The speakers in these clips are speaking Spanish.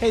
Hey,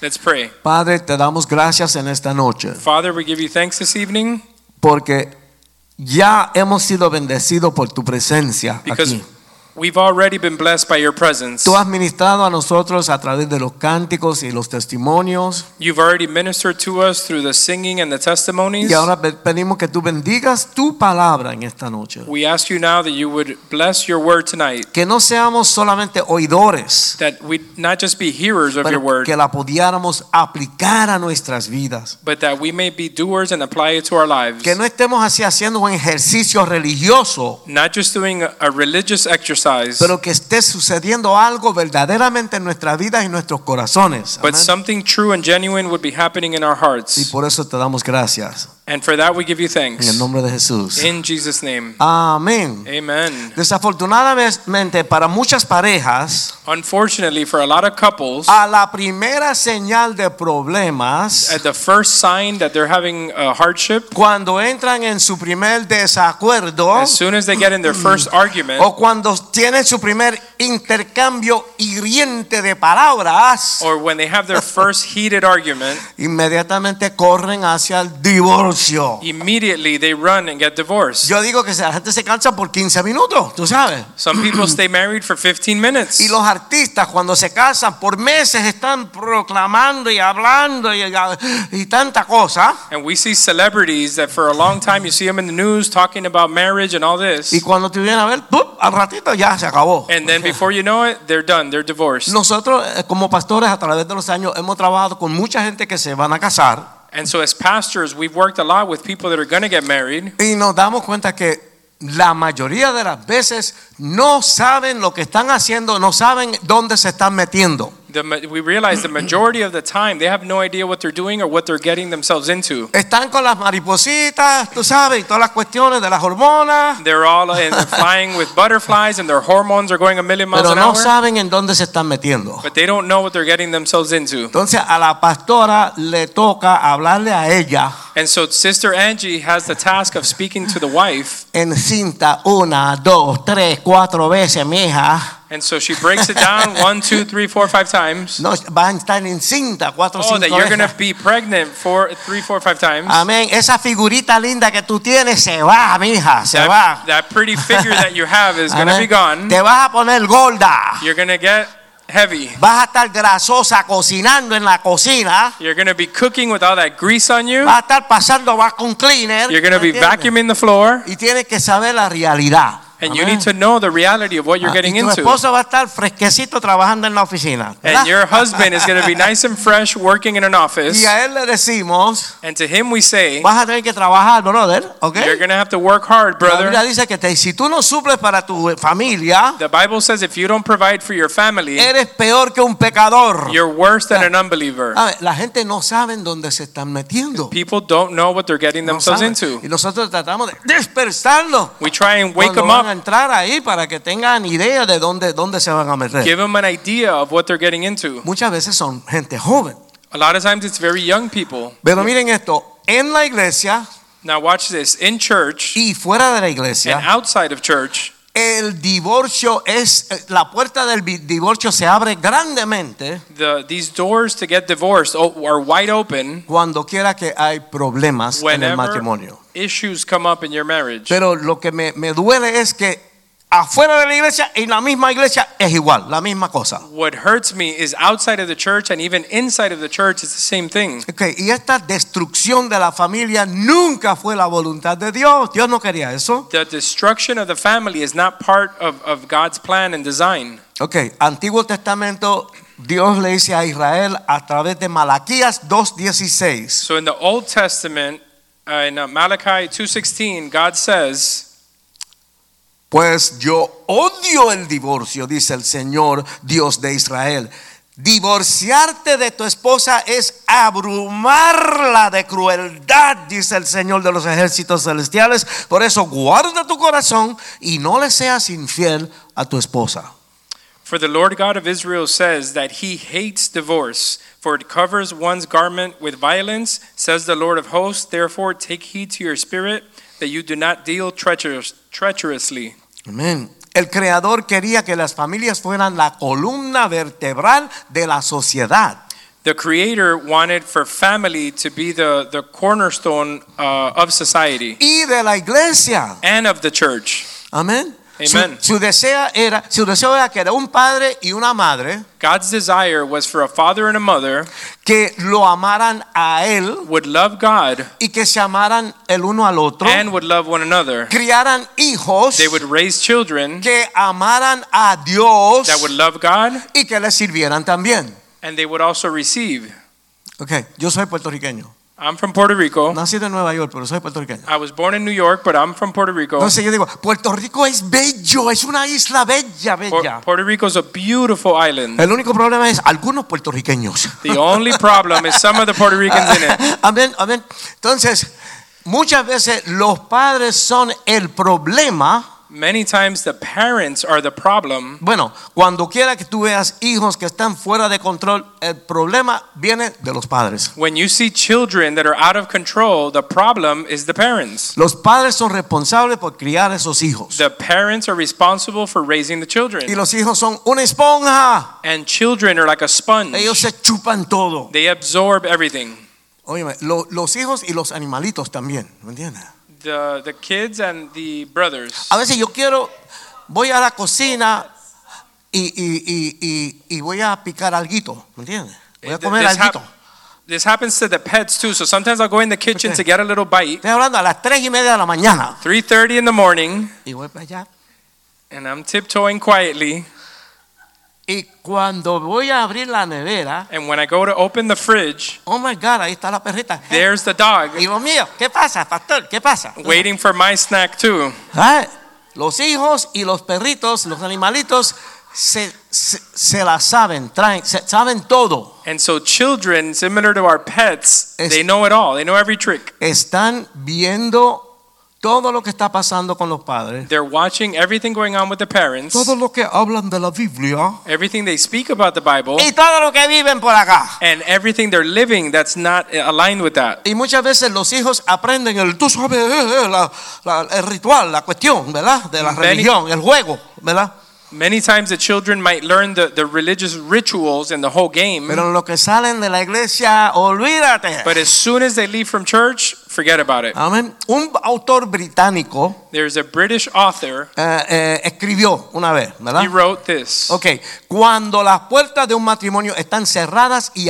Let's pray. Padre, te damos gracias en esta noche Father, we give you thanks this evening porque ya hemos sido bendecidos por tu presencia because aquí. we've already been blessed by your presence. Tú has ministrado a nosotros a través de los cánticos y los testimonios You've already ministered to us through the singing and the testimonies. y ahora pe- pedimos que tú bendigas tu palabra en esta noche. We ask you now that you would bless your word tonight, Que no seamos solamente oidores, that we not just be hearers of your pero word, que la pudiéramos aplicar a nuestras vidas. but that we may be doers and apply it to our lives. Que no estemos así haciendo un ejercicio religioso, Not just doing a- a religious exercise, pero que esté sucediendo algo verdaderamente en nuestras vidas y en nuestros corazones. but Amén. something true and genuine would be happening in our Y hearts. por eso te damos gracias. And for that, we give you En el thanks. nombre de Jesús. In Jesus' name. Amén. Amen. Desafortunadamente para muchas parejas, Unfortunately, for a lot of couples, a la primera señal de problemas, at the first sign that they're having a hardship, cuando entran en su primer desacuerdo as soon as they get in their first argument o cuando tienen su primer intercambio hiriente de palabras, or when they have their first heated argument, inmediatamente corren hacia el divorcio. immediately they run and get divorced. Yo digo que la gente se cansa por 15 minutos, tú sabes. Some people stay married for 15 Y minutes. los artistas cuando se casan por meses están proclamando y hablando y, y tanta cosa. And we see celebrities that for a long time you see them in the news talking about marriage and all Y this. cuando te vienen a ver, ¡pup! al ratito ya se acabó. And then before you know it, they're done, they're divorced. Nosotros eh, como pastores a través de los años hemos trabajado con mucha gente que se van a casar And so, as pastors, we've worked a lot with people that are going to get married. y nos damos cuenta que la mayoría de las veces no saben lo que están haciendo, no saben dónde se están metiendo. The, ma- we realize the majority of the time they have no idea what they're doing or what they're getting themselves into. Están con las maripositas, tú sabes, y todas las cuestiones de las hormonas, They're all in, flying with butterflies and their hormones are going a million miles pero an no hour. saben en dónde se están metiendo. But they don't know what they're getting themselves into. Entonces a la pastora le toca hablarle a ella And so Sister Angie has the task of speaking to the wife. en cinta una, dos, tres, cuatro veces, mija. And so she breaks it down one, two, three, four, five times. No, van a estar en cinta cuatro, Oh, cinco that you're veces. going to be pregnant four, three, four, five times. Amén. Esa figurita linda que tú tienes se va, mija, se That, va. that pretty figure that you have is going to Amén. be gone. Te vas a poner gorda. You're going to get heavy. Vas a estar grasosa cocinando en la cocina. You're going to be cooking with all that grease on you. Vas a estar pasando vacuum cleaner. You're going to be ¿entiendes? vacuuming the floor. Y tienes que saber la realidad. And you Amén. need to know the reality of what you're Ah, getting y tu into. esposo va a estar fresquecito trabajando en la oficina. ¿verdad? And your husband is going to be nice and fresh working in an office. Y a él le decimos, And to him we say, vas a tener que trabajar, brother, ¿ok? You're going to have to work hard, La Biblia brother. dice que te- si tú no suples para tu familia, The Bible says if you don't provide for your family, eres peor que un pecador. you're worse than an unbeliever. A ver, la gente no sabe en dónde se están metiendo. People don't know what they're getting No themselves saben. into. Y nosotros tratamos de dispersarlo. We try and wake Cuando them van a up, entrar ahí para que tengan idea de dónde, dónde se van a meter. give them an idea of what they're getting into. Muchas veces son gente joven. A lot of times it's very young people. Pero miren esto, en la iglesia Now, watch this in church y fuera de la and iglesia, outside of church, el divorcio es, eh, la puerta del vi- divorcio se abre grandemente the, these doors to get divorced o- are wide open cuando quiera que hay problemas en el whenever matrimonio. issues come up in your marriage. Pero lo que me, me duele es que afuera de la iglesia y la misma iglesia es igual, la misma cosa. What hurts me is outside of the church and even inside of the church, it's the same thing. Ok, y esta destrucción de la familia nunca fue la voluntad de Dios. Dios no quería eso. The destruction of the family is not part of, of God's plan and design. Ok, Antiguo Testamento, Dios le dice a Israel a través de Malaquías 2.16. So in the Old Testament, uh, in uh, Malachi 2:16, God says, Pues yo odio el divorcio, dice el Señor Dios de Israel, Divorciarte de tu esposa es abrumarla de crueldad, dice el Señor de los ejércitos celestiales. Por eso guarda tu corazón y no le seas infiel a tu esposa. For the Lord God of Israel says that he hates divorce, for it covers one's garment with violence, says the Lord of hosts. Therefore, take heed to your spirit that you do not deal treacherous, treacherously. Amén. El Creador quería que las familias fueran la columna vertebral de la sociedad. The Creator wanted for family to be the, the cornerstone uh, of society Y de la iglesia. and of the church. Amén. Su, Amén. su deseo era, su deseo era que era un padre y una madre God's desire was for a father and a mother que lo amaran a él would love God y que se amaran el uno al otro, and would love one another. criaran hijos They would raise children que amaran a Dios that would love God y que le sirvieran también. and they would also receive. Ok, yo soy puertorriqueño. I'm from Puerto Rico. Nacido en Nueva York, pero soy puertorriqueño. I was born in New York, but I'm from Puerto Rico. Entonces yo digo, Puerto Rico es bello, es una isla bella, Pu- bella. Puerto Rico is a beautiful island. El único problema es algunos puertorriqueños. The only problem is some of the Puerto Ricans in it. Amén, amén. Entonces, muchas veces los padres son el problema. Many times the parents are the problem. Bueno, cuando quiera que tú veas hijos que están fuera de control, el problema viene de los padres. When you see children that are out of control, the problem is the parents. Los padres son responsables por criar a esos hijos. The parents are responsible for raising the Y children. los hijos son una esponja. And children are like a sponge. Ellos se chupan todo. They absorb everything. Óyeme, lo- los hijos y los animalitos también, ¿me entiendes? The the kids and the brothers. A veces yo quiero, voy a la cocina y, y- y- y- y voy a picar alguito, ¿me entiendes? Voy a Th- comer this, alguito. hap- this happens to the pets too. So sometimes I'll go in the kitchen Okay. to get a little bite. Estoy hablando a las tres y media de la mañana. 3:30 in the morning, Y voy para allá. and I'm tiptoeing quietly. Y cuando voy a abrir la nevera, And when I go to open the fridge, oh my God, ahí está la perrita. there's the dog Y lo mío, ¿qué pasa, pastor? ¿Qué pasa? waiting for my snack too. Ah, Los hijos y los perritos, los animalitos, se, se, se la saben, traen, se- saben todo. And so children, similar to our pets, Es- they know it all. They know every trick. Están viendo todo lo que está pasando con los padres. They're watching everything going on with the parents, Todo lo que hablan de la Biblia. everything they speak about the Bible, Y todo lo que viven por acá. and everything they're living that's not aligned with that. Y muchas veces los hijos aprenden el, tú sabes, eh, eh, la- la- el ritual, la cuestión, ¿verdad? De la Many- religión, el juego, ¿verdad? Many times the children might learn the, the religious rituals and the whole game. Pero lo que salen de la iglesia, olvídate. But as soon as they leave from church, forget about it. Amén. Un autor británico There's a British author. eh, eh, escribió una vez, ¿verdad? He wrote this. Ok, cuando las puertas de un matrimonio están cerradas y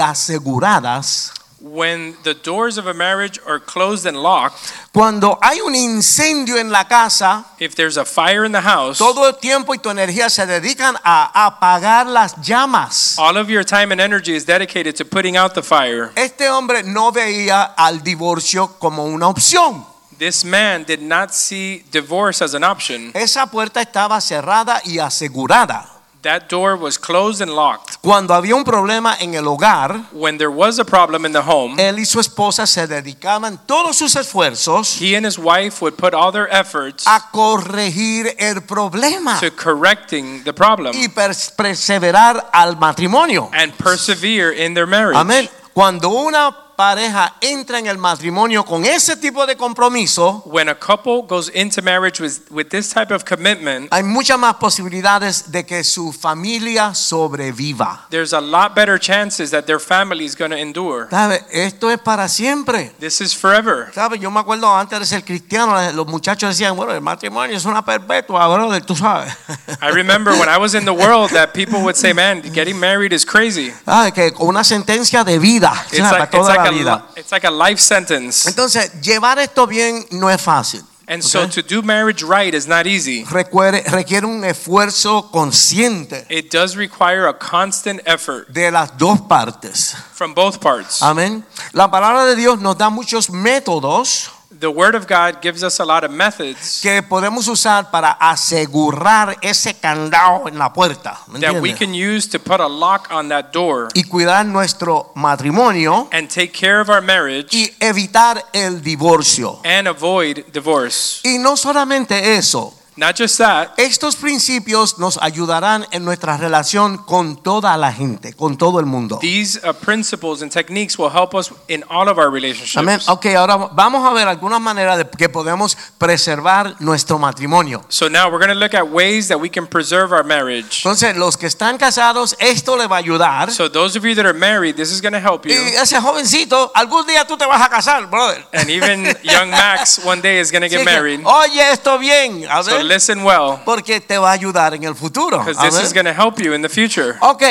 aseguradas, When the doors of a marriage are closed and locked, cuando hay un incendio en la casa, if there's a fire in the house, todo el tiempo y tu energía se dedican a apagar las llamas. all of your time and energy is dedicated to putting out the fire. Este hombre no veía al divorcio como una opción. This man did not see divorce as an option. Esa puerta estaba cerrada y asegurada. That door was closed and locked. Cuando había un problema en el hogar, When there was a problem in the home, él y su esposa se dedicaban todos sus esfuerzos he and his wife would put all their efforts a corregir el problema. to correcting the problem y pers- perseverar al matrimonio. and persevere in their marriage. Amén. Cuando una pareja entra en el matrimonio con ese tipo de compromiso, When a couple goes into marriage with, with this type of commitment, hay muchas más posibilidades de que su familia sobreviva. there's a lot better chances that their family is going to endure. ¿Sabe? Esto es para siempre. This is forever. ¿Sabe? Yo me acuerdo antes de ser cristiano, los muchachos decían, bueno, el matrimonio es una perpetua, brother, tú sabes. I remember when I was in the world that people would say, man, getting married is crazy. Ah, que con una sentencia de vida, It's ¿sabes? para like, it's toda la like, a, li- vida. it's like a life sentence. Entonces, llevar esto bien no es fácil. And so to Okay. do marriage right is not easy. requiere, requiere un esfuerzo consciente It does require a constant effort de las dos partes. from both parts. Amén. La palabra de Dios nos da muchos métodos The Word of God gives us a lot of methods que podemos usar para asegurar ese candado en la puerta. ¿me that we entiendes? can use to put a lock on that door Y cuidar nuestro matrimonio and take care of our marriage y evitar el divorcio. and avoid divorce. Y no solamente eso, Not just that, estos principios nos ayudarán en nuestra relación con toda la gente, con todo el mundo. these uh, principles and techniques will help us in all of our relationships. Amén. Ok, ahora vamos a ver algunas maneras de que podemos preservar nuestro matrimonio. So now we're going to look at ways that we can preserve our marriage. Entonces, los que están casados, esto les va a ayudar. So those of you that are married, this is going to help Y you. ese jovencito, algún día tú te vas a casar, brother. And even young Max one day is going to Así get que, married. Oye, esto bien, a So ver, listen well, porque te va a ayudar en el futuro. because a this ver. is going to help you in the future. Ok,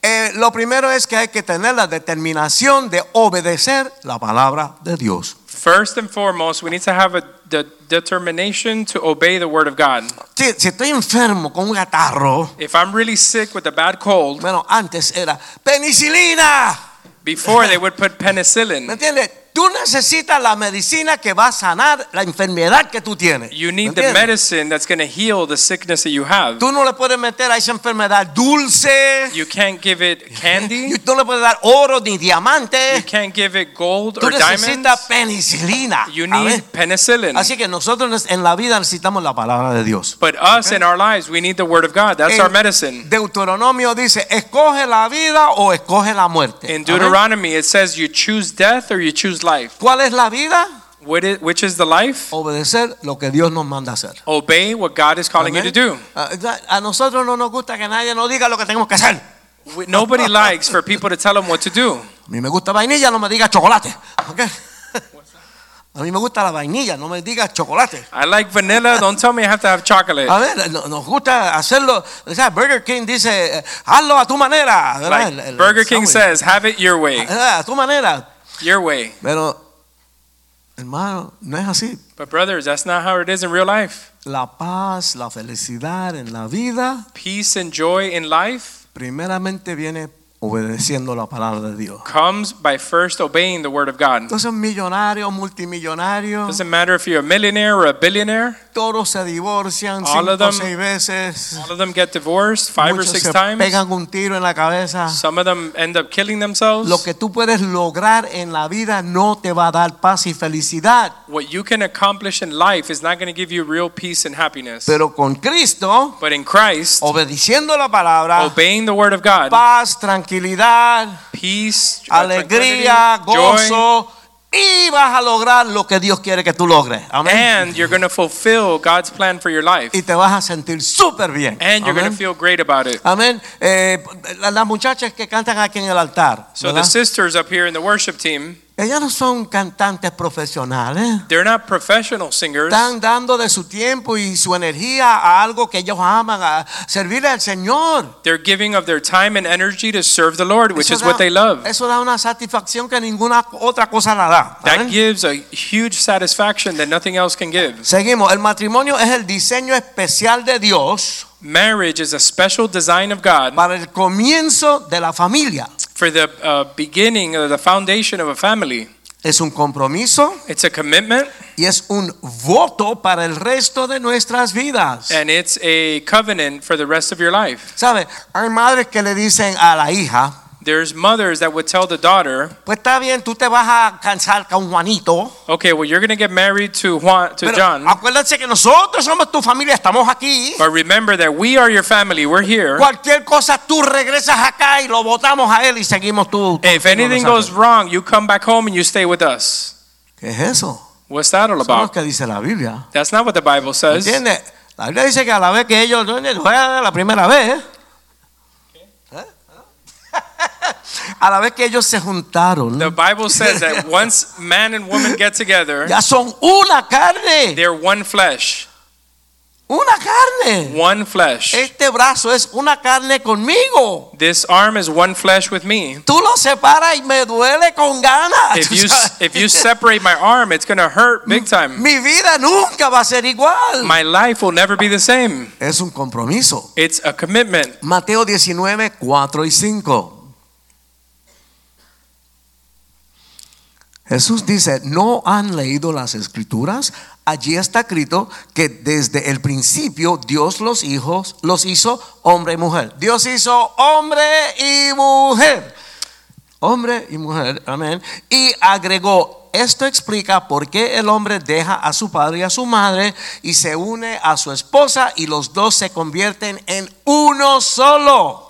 eh, lo primero es que hay que tener la determinación de obedecer la palabra de Dios. First and foremost, we need to have a de- determination to obey the word of God. Si, si estoy enfermo con un catarro, If I'm really sick with a bad cold, bueno, antes era penicilina, before they would put ¿me penicillin. entiendes? Tú necesitas la medicina que va a sanar la enfermedad que tú tienes. You ¿me need the entiendes? medicine that's going to heal the sickness that you have. Tú no le puedes meter a esa enfermedad dulce, You can't give it candy. tú no le puedes dar oro ni You diamante, can't give it gold tú or diamonds. necesitas penicilina. You A ver. need penicillin. Así que nosotros nos- en la vida necesitamos la palabra de Dios. But us in our lives, we need the word of God. That's En our medicine. Deuteronomio dice, escoge la vida o escoge la muerte. In Amén. Deuteronomy, it says you choose death or you choose life. ¿Cuál es la vida? What is, which is the life? Obedecer lo que Dios nos manda hacer. Obey what God is calling you to Amén. do. Ah, A nosotros no nos gusta que nadie nos diga lo que tenemos que hacer. A We- Nobody likes for people to tell them what to do. mí me gusta vainilla, no me digas chocolate. ¿ok? A mí me gusta la vainilla, no me digas chocolate. I like vanilla. Don't tell me I have to have chocolate. A ver, no- nos gusta hacerlo. o sea, Burger King dice, eh, hazlo a tu manera. ¿verdad? El- Like el- Burger el King sándwich. says, have it your way, Ah, A tu manera. your way. Pero, hermano, no es así. But brothers, that's not how it is in real life. La paz, la felicidad en la vida, Peace and joy in life primeramente viene obedeciendo la palabra de Dios. comes by first obeying the word of God. Entonces, millonarios, multimillonarios, Doesn't matter if you're a millionaire or a billionaire. todos se divorcian All cinco of o them- seis veces. All of them get divorced five or Muchos six se times. pegan un tiro en la cabeza. Some of them end up killing themselves. Lo que tú puedes lograr en la vida no te va a dar paz y felicidad. what you can accomplish in life is not going to give you real peace and happiness. Pero con Cristo, but in Christ, obedeciendo la palabra, obeying the word of God, paz, tranquilidad, peace, uh, alegría, tranquility, joy, gozo. Y vas a lograr lo que Dios quiere que tú logres. Amén. and you're going to fulfill God's plan for your life. y te vas a sentir súper bien. and you're going to Amén. feel great about it. Amén. Eh, la- las muchachas que cantan aquí en el altar, So ¿verdad? the sisters up here in the worship team, ellas no son cantantes profesionales. they're not professional singers. Están dando de su tiempo y su energía a algo que ellos aman, a servirle al Señor. They're giving of their time and energy to serve the Lord, which Eso is what da- they love. Eso da una satisfacción que ninguna otra cosa la da. That Amén. gives a huge satisfaction that nothing else can give. Seguimos. El matrimonio es el diseño especial de Dios Marriage is a special design of God para el comienzo de la familia. for the uh, beginning or the foundation of a family. Es un compromiso It's a commitment y es un voto para el resto de nuestras vidas. and it's a covenant for the rest of your life. ¿Sabe? Hay madres que le dicen a la hija, There's mothers that would tell the daughter, pues está bien, tú te vas a cansar con Juanito. "Okay, well you're going to get married to Juan to Pero John, acuérdense que nosotros somos tu familia, estamos aquí. but remember that we are your family. We're here. Cualquier cosa tú regresas acá y lo votamos a él y seguimos tú. If anything goes wrong, you come back home and you stay with us." ¿Qué es eso? What's that all Eso no es lo about? que dice la Biblia. That's not what the Bible says. ¿Entiendes? La Biblia dice que a la vez que ellos juegan la primera vez. ¿eh? A la vez que ellos se juntaron, The Bible says that once man and woman get together, ya son una carne, they're one flesh. una carne. One flesh. Este brazo es una carne conmigo. This arm is one flesh with me. Tú lo separas y me duele con ganas. If tú you sabes. if you separate my arm, it's going to hurt big time. Mi vida nunca va a ser igual. My life will never be the same. es un compromiso. It's a commitment. Mateo 19, 4 y 5. Jesús dice, ¿no han leído las escrituras? Allí está escrito que desde el principio Dios los hijos los hizo hombre y mujer. Dios hizo hombre y mujer. Hombre y mujer, amén. Y agregó, esto explica por qué el hombre deja a su padre y a su madre y se une a su esposa y los dos se convierten en uno solo.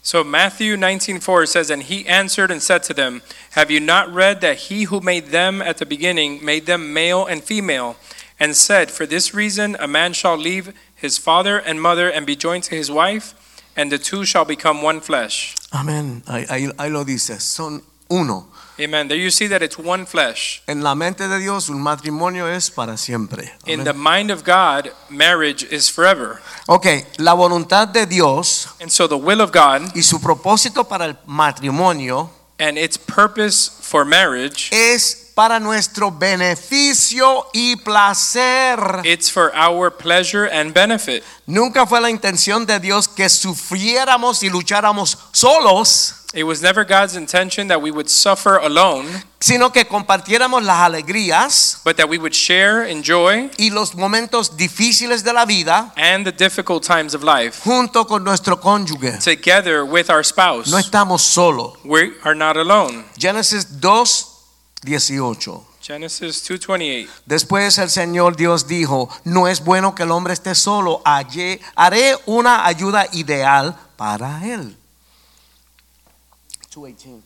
So Matthew 19:4 says and he answered and said to them, Have you not read that he who made them at the beginning made them male and female and said, For this reason a man shall leave his father and mother and be joined to his wife and the two shall become one flesh. Amén. Ahí, ahí- ahí lo dice, son uno. Amen. There you see that it's one flesh. En la mente de Dios un matrimonio es para siempre. In Amén. the mind of God, marriage is forever. Ok, la voluntad de Dios And so the will of God y su propósito para el matrimonio and its purpose for marriage, es para nuestro beneficio y placer. it's for our pleasure and benefit. Nunca fue la intención de Dios que sufriéramos y lucháramos solos, It was never God's intention that we would suffer alone, sino que compartiéramos las alegrías but that we would share, enjoy, y los momentos difíciles de la vida and the difficult times of life junto con nuestro cónyuge. together with our spouse. No estamos solos. We are not alone. Génesis 2, 18. Genesis 2:28. Después el Señor Dios dijo, no es bueno que el hombre esté solo, Hallé- haré una ayuda ideal para él. 2:18.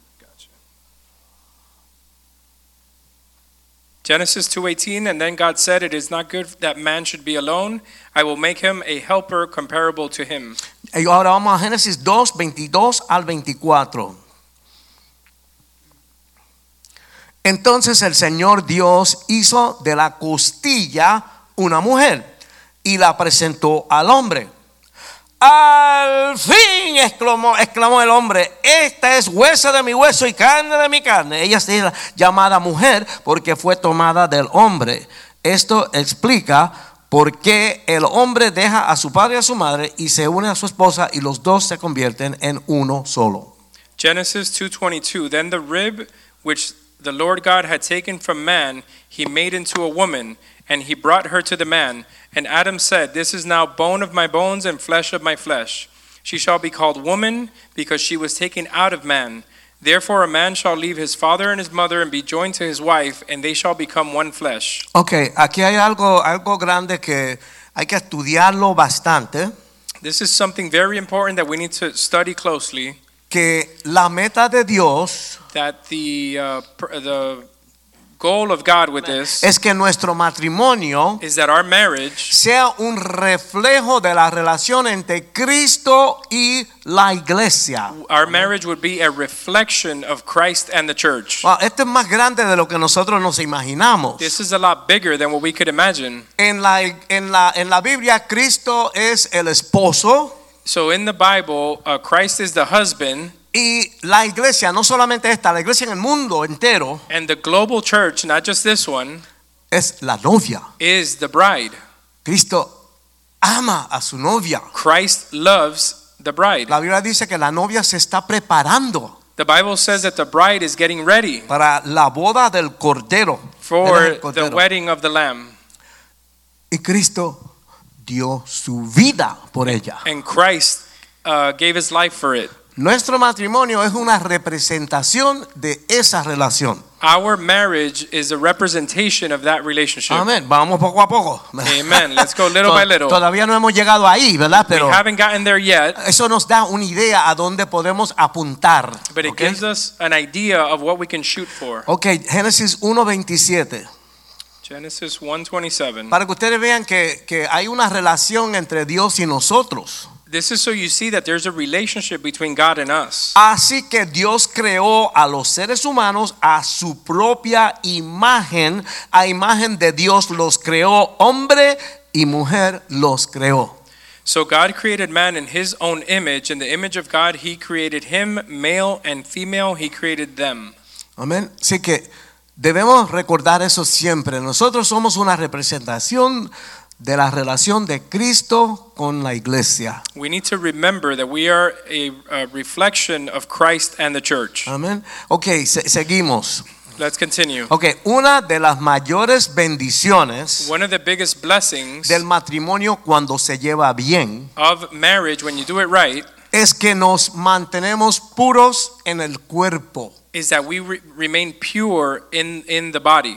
Genesis 2:18 and then God said it is not good that man should be alone. I will make him a helper comparable to him. Y ahora vamos a Génesis 2, 22 al 24. Entonces el Señor Dios hizo de la costilla una mujer y la presentó al hombre. Al fin, exclamó, exclamó el hombre, esta es hueso de mi hueso y carne de mi carne. Ella se era llamada mujer porque fue tomada del hombre. Esto explica por qué el hombre deja a su padre y a su madre y se une a su esposa y los dos se convierten en uno solo. Genesis 2:22 Then the rib which the Lord God had taken from man he made into a woman and he brought her to the man and Adam said this is now bone of my bones and flesh of my flesh she shall be called woman because she was taken out of man therefore a man shall leave his father and his mother and be joined to his wife and they shall become one flesh Ok, aquí hay algo, algo grande que hay que estudiarlo bastante, This is something very important that we need to study closely que la meta de Dios that the uh, pr- the goal of God with this es que nuestro matrimonio is that our marriage sea un reflejo de la relación entre Cristo y la iglesia. Our marriage would be a reflection of Christ and the church. Wow, esto es más grande de lo que nosotros nos imaginamos. This is a lot bigger than what we could imagine. En la, en la, en la Biblia, Cristo es el esposo So in the Bible, uh, Christ is the husband, y la iglesia, no solamente esta, la iglesia en el mundo entero, and the global church, not just this one, es la novia. is the bride. Cristo ama a su novia. Christ loves the bride. La Biblia dice que la novia se está preparando The Bible says that the bride is getting ready para la boda del Cordero. for Del the Cordero. wedding of the Lamb, Y Cristo dio su vida por ella. and Christ uh, gave his life for it. Nuestro matrimonio es una representación de esa relación. Our marriage is a representation of that relationship. Amén. Vamos poco a poco. Amen. Let's go little To- by little. Todavía no hemos llegado ahí, ¿verdad? We Pero haven't gotten there yet. eso nos da una idea a dónde podemos apuntar. But it ¿ok? gives us an idea of what we can shoot for. Ok, Génesis 1.27. Genesis 1:27. Para que ustedes vean que, que hay una relación entre Dios y nosotros. This is so you see that there's a relationship between God and us. Así que Dios creó a los seres humanos a su propia imagen. A imagen de Dios los creó. Hombre y mujer los creó. So God created man in his own image, in the image of God he created him, male and female he created them. Amén. Así que debemos recordar eso siempre. Nosotros somos una representación de la relación de Cristo con la iglesia. We need to remember that we are Uh-huh. a, a reflection of Christ and the church. Amén. Ok, se- seguimos. Let's continue. Ok, una de las mayores bendiciones One of the biggest blessings Uh-huh. del matrimonio cuando se lleva bien of marriage, when you do it right, es que nos mantenemos puros en el cuerpo. is that we re- remain pure in, in the body.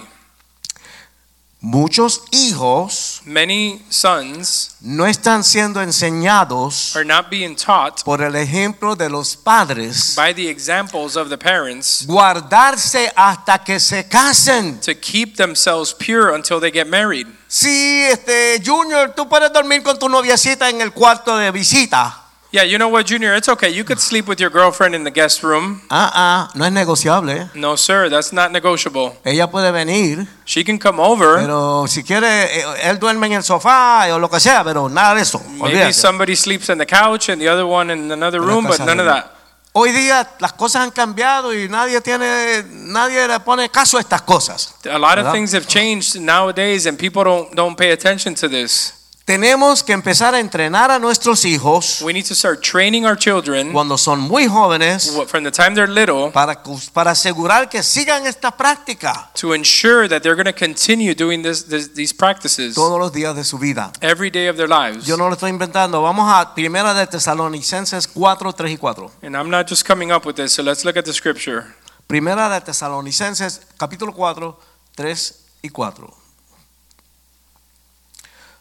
Muchos hijos Many sons no están siendo enseñados are not being taught por el ejemplo de los padres by the examples of the parents guardarse hasta que se casen. to keep themselves pure until they get married. Sí, este Junior, tú puedes dormir con tu noviecita en el cuarto de visita. Yeah, you know what, Junior? It's okay. You could sleep with your girlfriend in the guest room. Ah, ah, no es negociable. No, sir, that's not negotiable. Ella puede venir, She can come over. pero si quiere, eh, él duerme en el sofá eh, o lo que sea, pero nada de eso. Maybe olvídate. somebody sleeps on the couch and the other one in another Una room, but casa none of de- that. Hoy día las cosas han cambiado y nadie tiene, nadie le pone caso a estas cosas. A lot of ¿Verdad? things have changed nowadays, and people don't don't pay attention to this. Tenemos que empezar a entrenar a nuestros hijos We need to start training our children cuando son muy jóvenes wh- from the time they're little para, cu- para asegurar que sigan esta práctica to ensure that they're going to continue doing this, this these practices todos los días de su vida. every day of their lives. Yo no lo estoy inventando. Vamos a Primera de Tesalonicenses 4, 3 y 4. And I'm not just coming up with this, so let's look at the scripture. Primera de Tesalonicenses, capítulo 4, 3 y 4.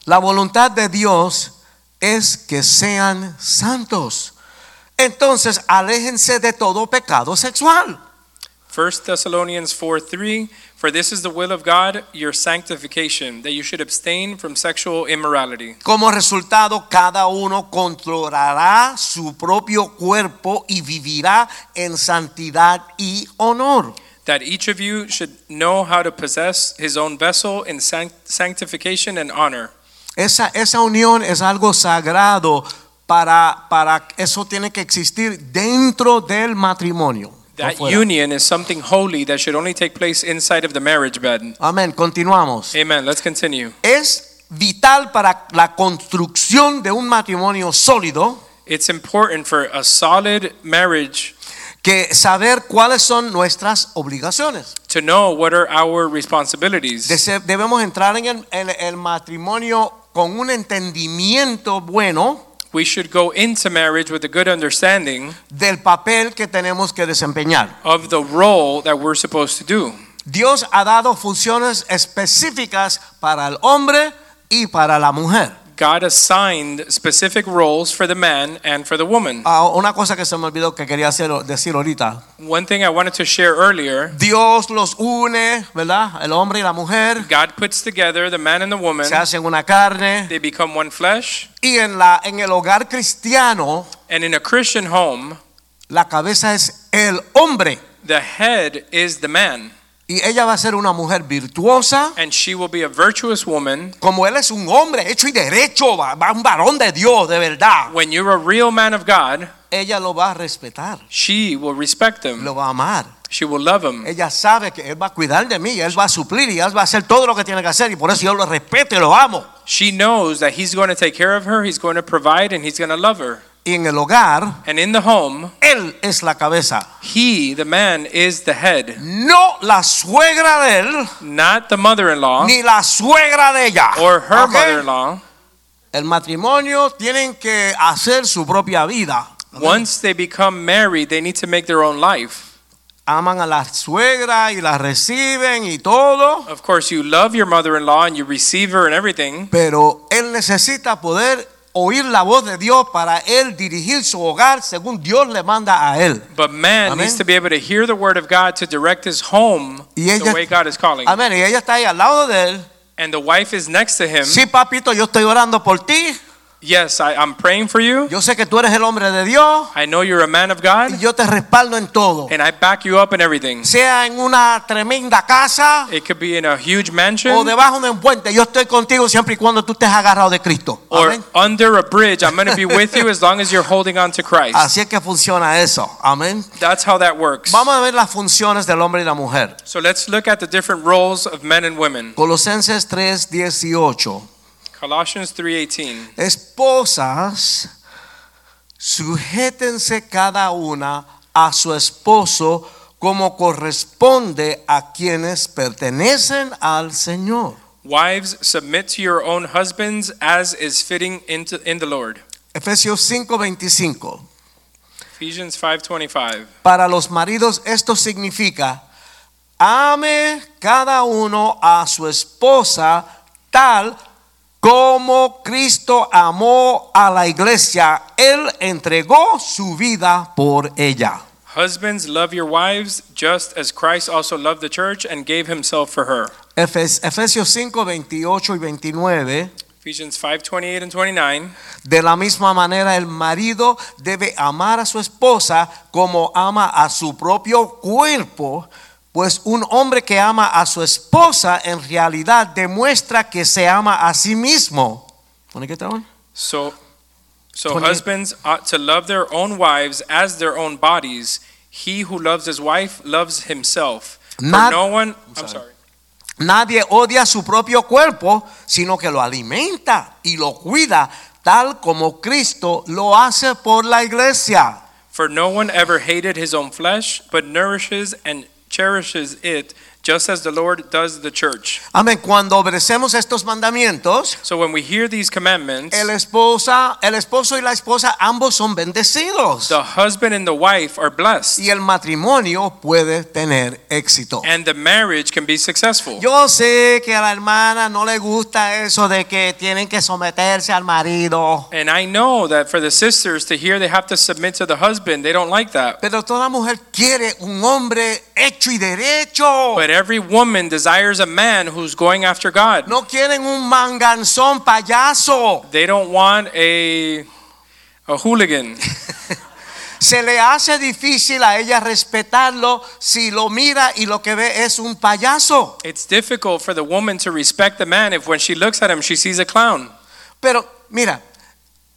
La voluntad de Dios es que sean santos. Entonces, aléjense de todo pecado sexual. 1 Thessalonians 4 3 For this is the will of God, your sanctification, that you should abstain from sexual immorality. Como resultado, cada uno controlará su propio cuerpo y vivirá en santidad y honor. That each of you should know how to possess his own vessel in sanct- sanctification and honor. Esa, esa unión es algo sagrado para, para eso tiene que existir dentro del matrimonio. no That fuera. union is something holy that should only take place inside of the marriage bed. Amén, continuamos. Amen. Let's continue. Es vital para la construcción de un matrimonio sólido It's important for a solid marriage que saber cuáles son nuestras obligaciones. to know what are our responsibilities. Dese- Debemos entrar en el, en el matrimonio con un entendimiento bueno we should go into marriage with a good understanding del papel que tenemos que desempeñar. of the role that we're supposed to do. Dios ha dado funciones específicas para el hombre y para la mujer. God assigned specific roles for the man and for the woman. Ah, una cosa que se me olvidó que quería hacer, decir ahorita. One thing I wanted to share earlier Dios los une, ¿verdad? El hombre y la mujer God puts together the man and the woman, se hacen una carne. they become one flesh. Y en, la, en el hogar cristiano, And in a Christian home, la cabeza es el hombre. the head is the man, Y ella va a ser una mujer virtuosa. and she will be a virtuous woman. Como él es un hombre hecho y derecho, va, va un varón de Dios, de verdad. When you're a real man of God, Ella lo va a respetar, she will respect him, lo va a amar. she will love him. Ella sabe que Él va a cuidar de mí, Él va a suplir y Él va a hacer todo lo que tiene que hacer y por eso yo lo respeto y lo amo. She knows that he's going to take care of her, he's going to provide, and he's going to love her. Y en el hogar, And in the home, Él es la cabeza, he, the man, is the head, no la suegra de Él not the mother in law ni la suegra de ella. or her ¿Ok? mother in law. El matrimonio tienen que hacer su propia vida. Once they become married, they need to make their own life. Aman a la suegra y la reciben y todo, Of course, you love your mother in law and you receive her and everything, pero Él necesita poder oír la voz de Dios para Él dirigir su hogar según Dios le manda a Él. but man Amén. needs to be able to hear the word of God to direct his home Y ella- the way God is calling. Amén. Y ella está ahí al lado de Él. And the wife is next to him. Sí, papito, yo estoy orando por ti. Yes, I, I'm praying for you. Yo sé que tú eres el hombre de Dios I know you're a man of y God, yo te respaldo en todo. and I back you up in everything. Sea en una tremenda casa It could be in a huge mansion o debajo de un puente, yo estoy contigo siempre y cuando tú estés agarrado de Cristo. or Amén. under a bridge. I'm going to be with you as long as you're holding on to Christ. Así es que funciona eso. Amén. That's how that works. Vamos a ver las funciones del hombre y la mujer. So let's look at the different roles of men and women. Colosenses 3:18. Colossians 3:18. Esposas, sujétense cada una a su esposo como corresponde a quienes pertenecen al Señor. Wives, submit to your own husbands as is fitting into, in the Lord. Efesios 5:25. Ephesians 5:25. Para los maridos esto significa, ame cada uno a su esposa tal como Cristo amó a la iglesia. Él entregó su vida por ella. Husbands, love your wives just as Christ also loved the church and gave himself for her. Efes- Efesios 5, 28 y 29. Ephesians 5:28 and 29. De la misma manera, el marido debe amar a su esposa como ama a su propio cuerpo, pues un hombre que ama a su esposa en realidad demuestra que se ama a sí mismo. ¿Pone que está bueno? So so 28. husbands ought to love their own wives as their own bodies. He who loves his wife loves himself. For Pues Nad- no one I'm sorry. sorry. Nadie odia su propio cuerpo, sino que lo alimenta y lo cuida, tal como Cristo lo hace por la iglesia. For no one ever hated his own flesh, but nourishes and cherishes it just as the Lord does the church. Amén. Cuando obedecemos estos mandamientos, So when we hear these commandments, el, esposa, el esposo y la esposa ambos son bendecidos. the husband and the wife are blessed y el matrimonio puede tener éxito. and the marriage can be successful. Yo sé que a la hermana no le gusta eso de que tienen que someterse al marido, And I know that for the sisters to hear they have to submit to the husband, they don't like that. pero toda mujer quiere un hombre hecho y derecho. But every woman desires a man who's going after God. No quieren un manganzón payaso. They don't want a a hooligan. Se le hace difícil a ella respetarlo si lo mira y lo que ve es un payaso. It's difficult for the woman to respect the man if when she looks at him she sees a clown. Pero mira,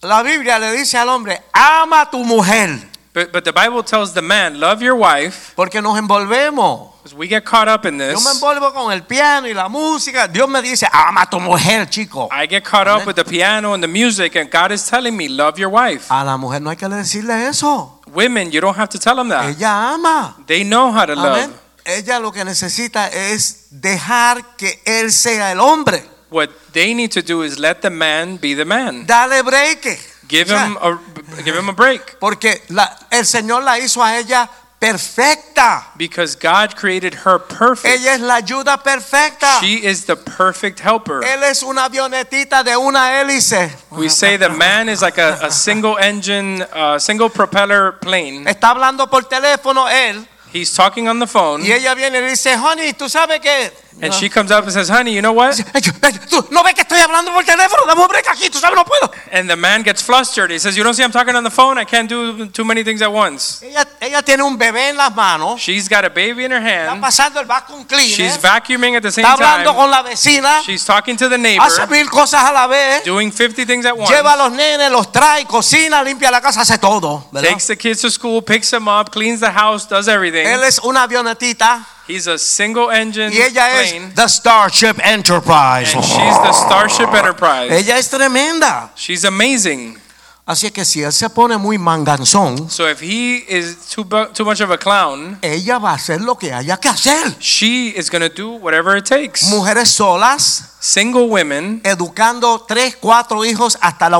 la Biblia le dice al hombre, ama a tu mujer, But but the Bible tells the man, love your wife, porque nos envolvemos. because we get caught up in Yo me this. envuelvo con el piano y la música. Dios me dice, ama a tu mujer, chico. I get caught up with the piano and the music, and God is telling me, love your wife. A la mujer no hay que decirle eso. Women, you don't have to tell them that. Ella ama. They know how to Amén. love. Ella lo que necesita es dejar que él sea el hombre. What they need to do is let the man be the man. Dale break. Give Ya. him a give him a break. Porque la- el Señor la hizo a ella perfecta. Because God created her perfect. Ella es la ayuda perfecta. She is the perfect helper. él es una avionetita de una hélice. We say the man is like a, a single engine, uh, single propeller plane. Está hablando por teléfono él. He's talking on the phone, Y ella viene y le dice, honey, ¿tú sabes qué? and she comes up and says, Honey, you know what? Ay, yo- ay, tú, no ves que estoy hablando por teléfono, dame un break aquí, tú sabes, no puedo. And the man gets flustered. He says, You don't see I'm talking on the phone? I can't do too many things at once. Ella, ella tiene un bebé en las manos, She's got a baby in her está hand. pasando el vacuum She's cleaner, vacuuming at the same está hablando time. con la vecina, She's talking to the hace neighbor, mil cosas a la vez, doing 50 things at once. lleva a los nenes, los trae, cocina, limpia la casa, hace todo. ¿verdad? Takes the kids to school, picks them up, cleans the house, does Él everything. es una avionetita He's a single engine y ella plane, es The Starship Enterprise. and she's the Starship Enterprise. Ella es tremenda. She's amazing. Así que si él se pone muy manganzón, So if he is too bu- too much of a clown, ella va a hacer lo que haya que hacer. she is gonna do whatever it takes. Mujeres solas. Single women, educando tres, cuatro hijos hasta la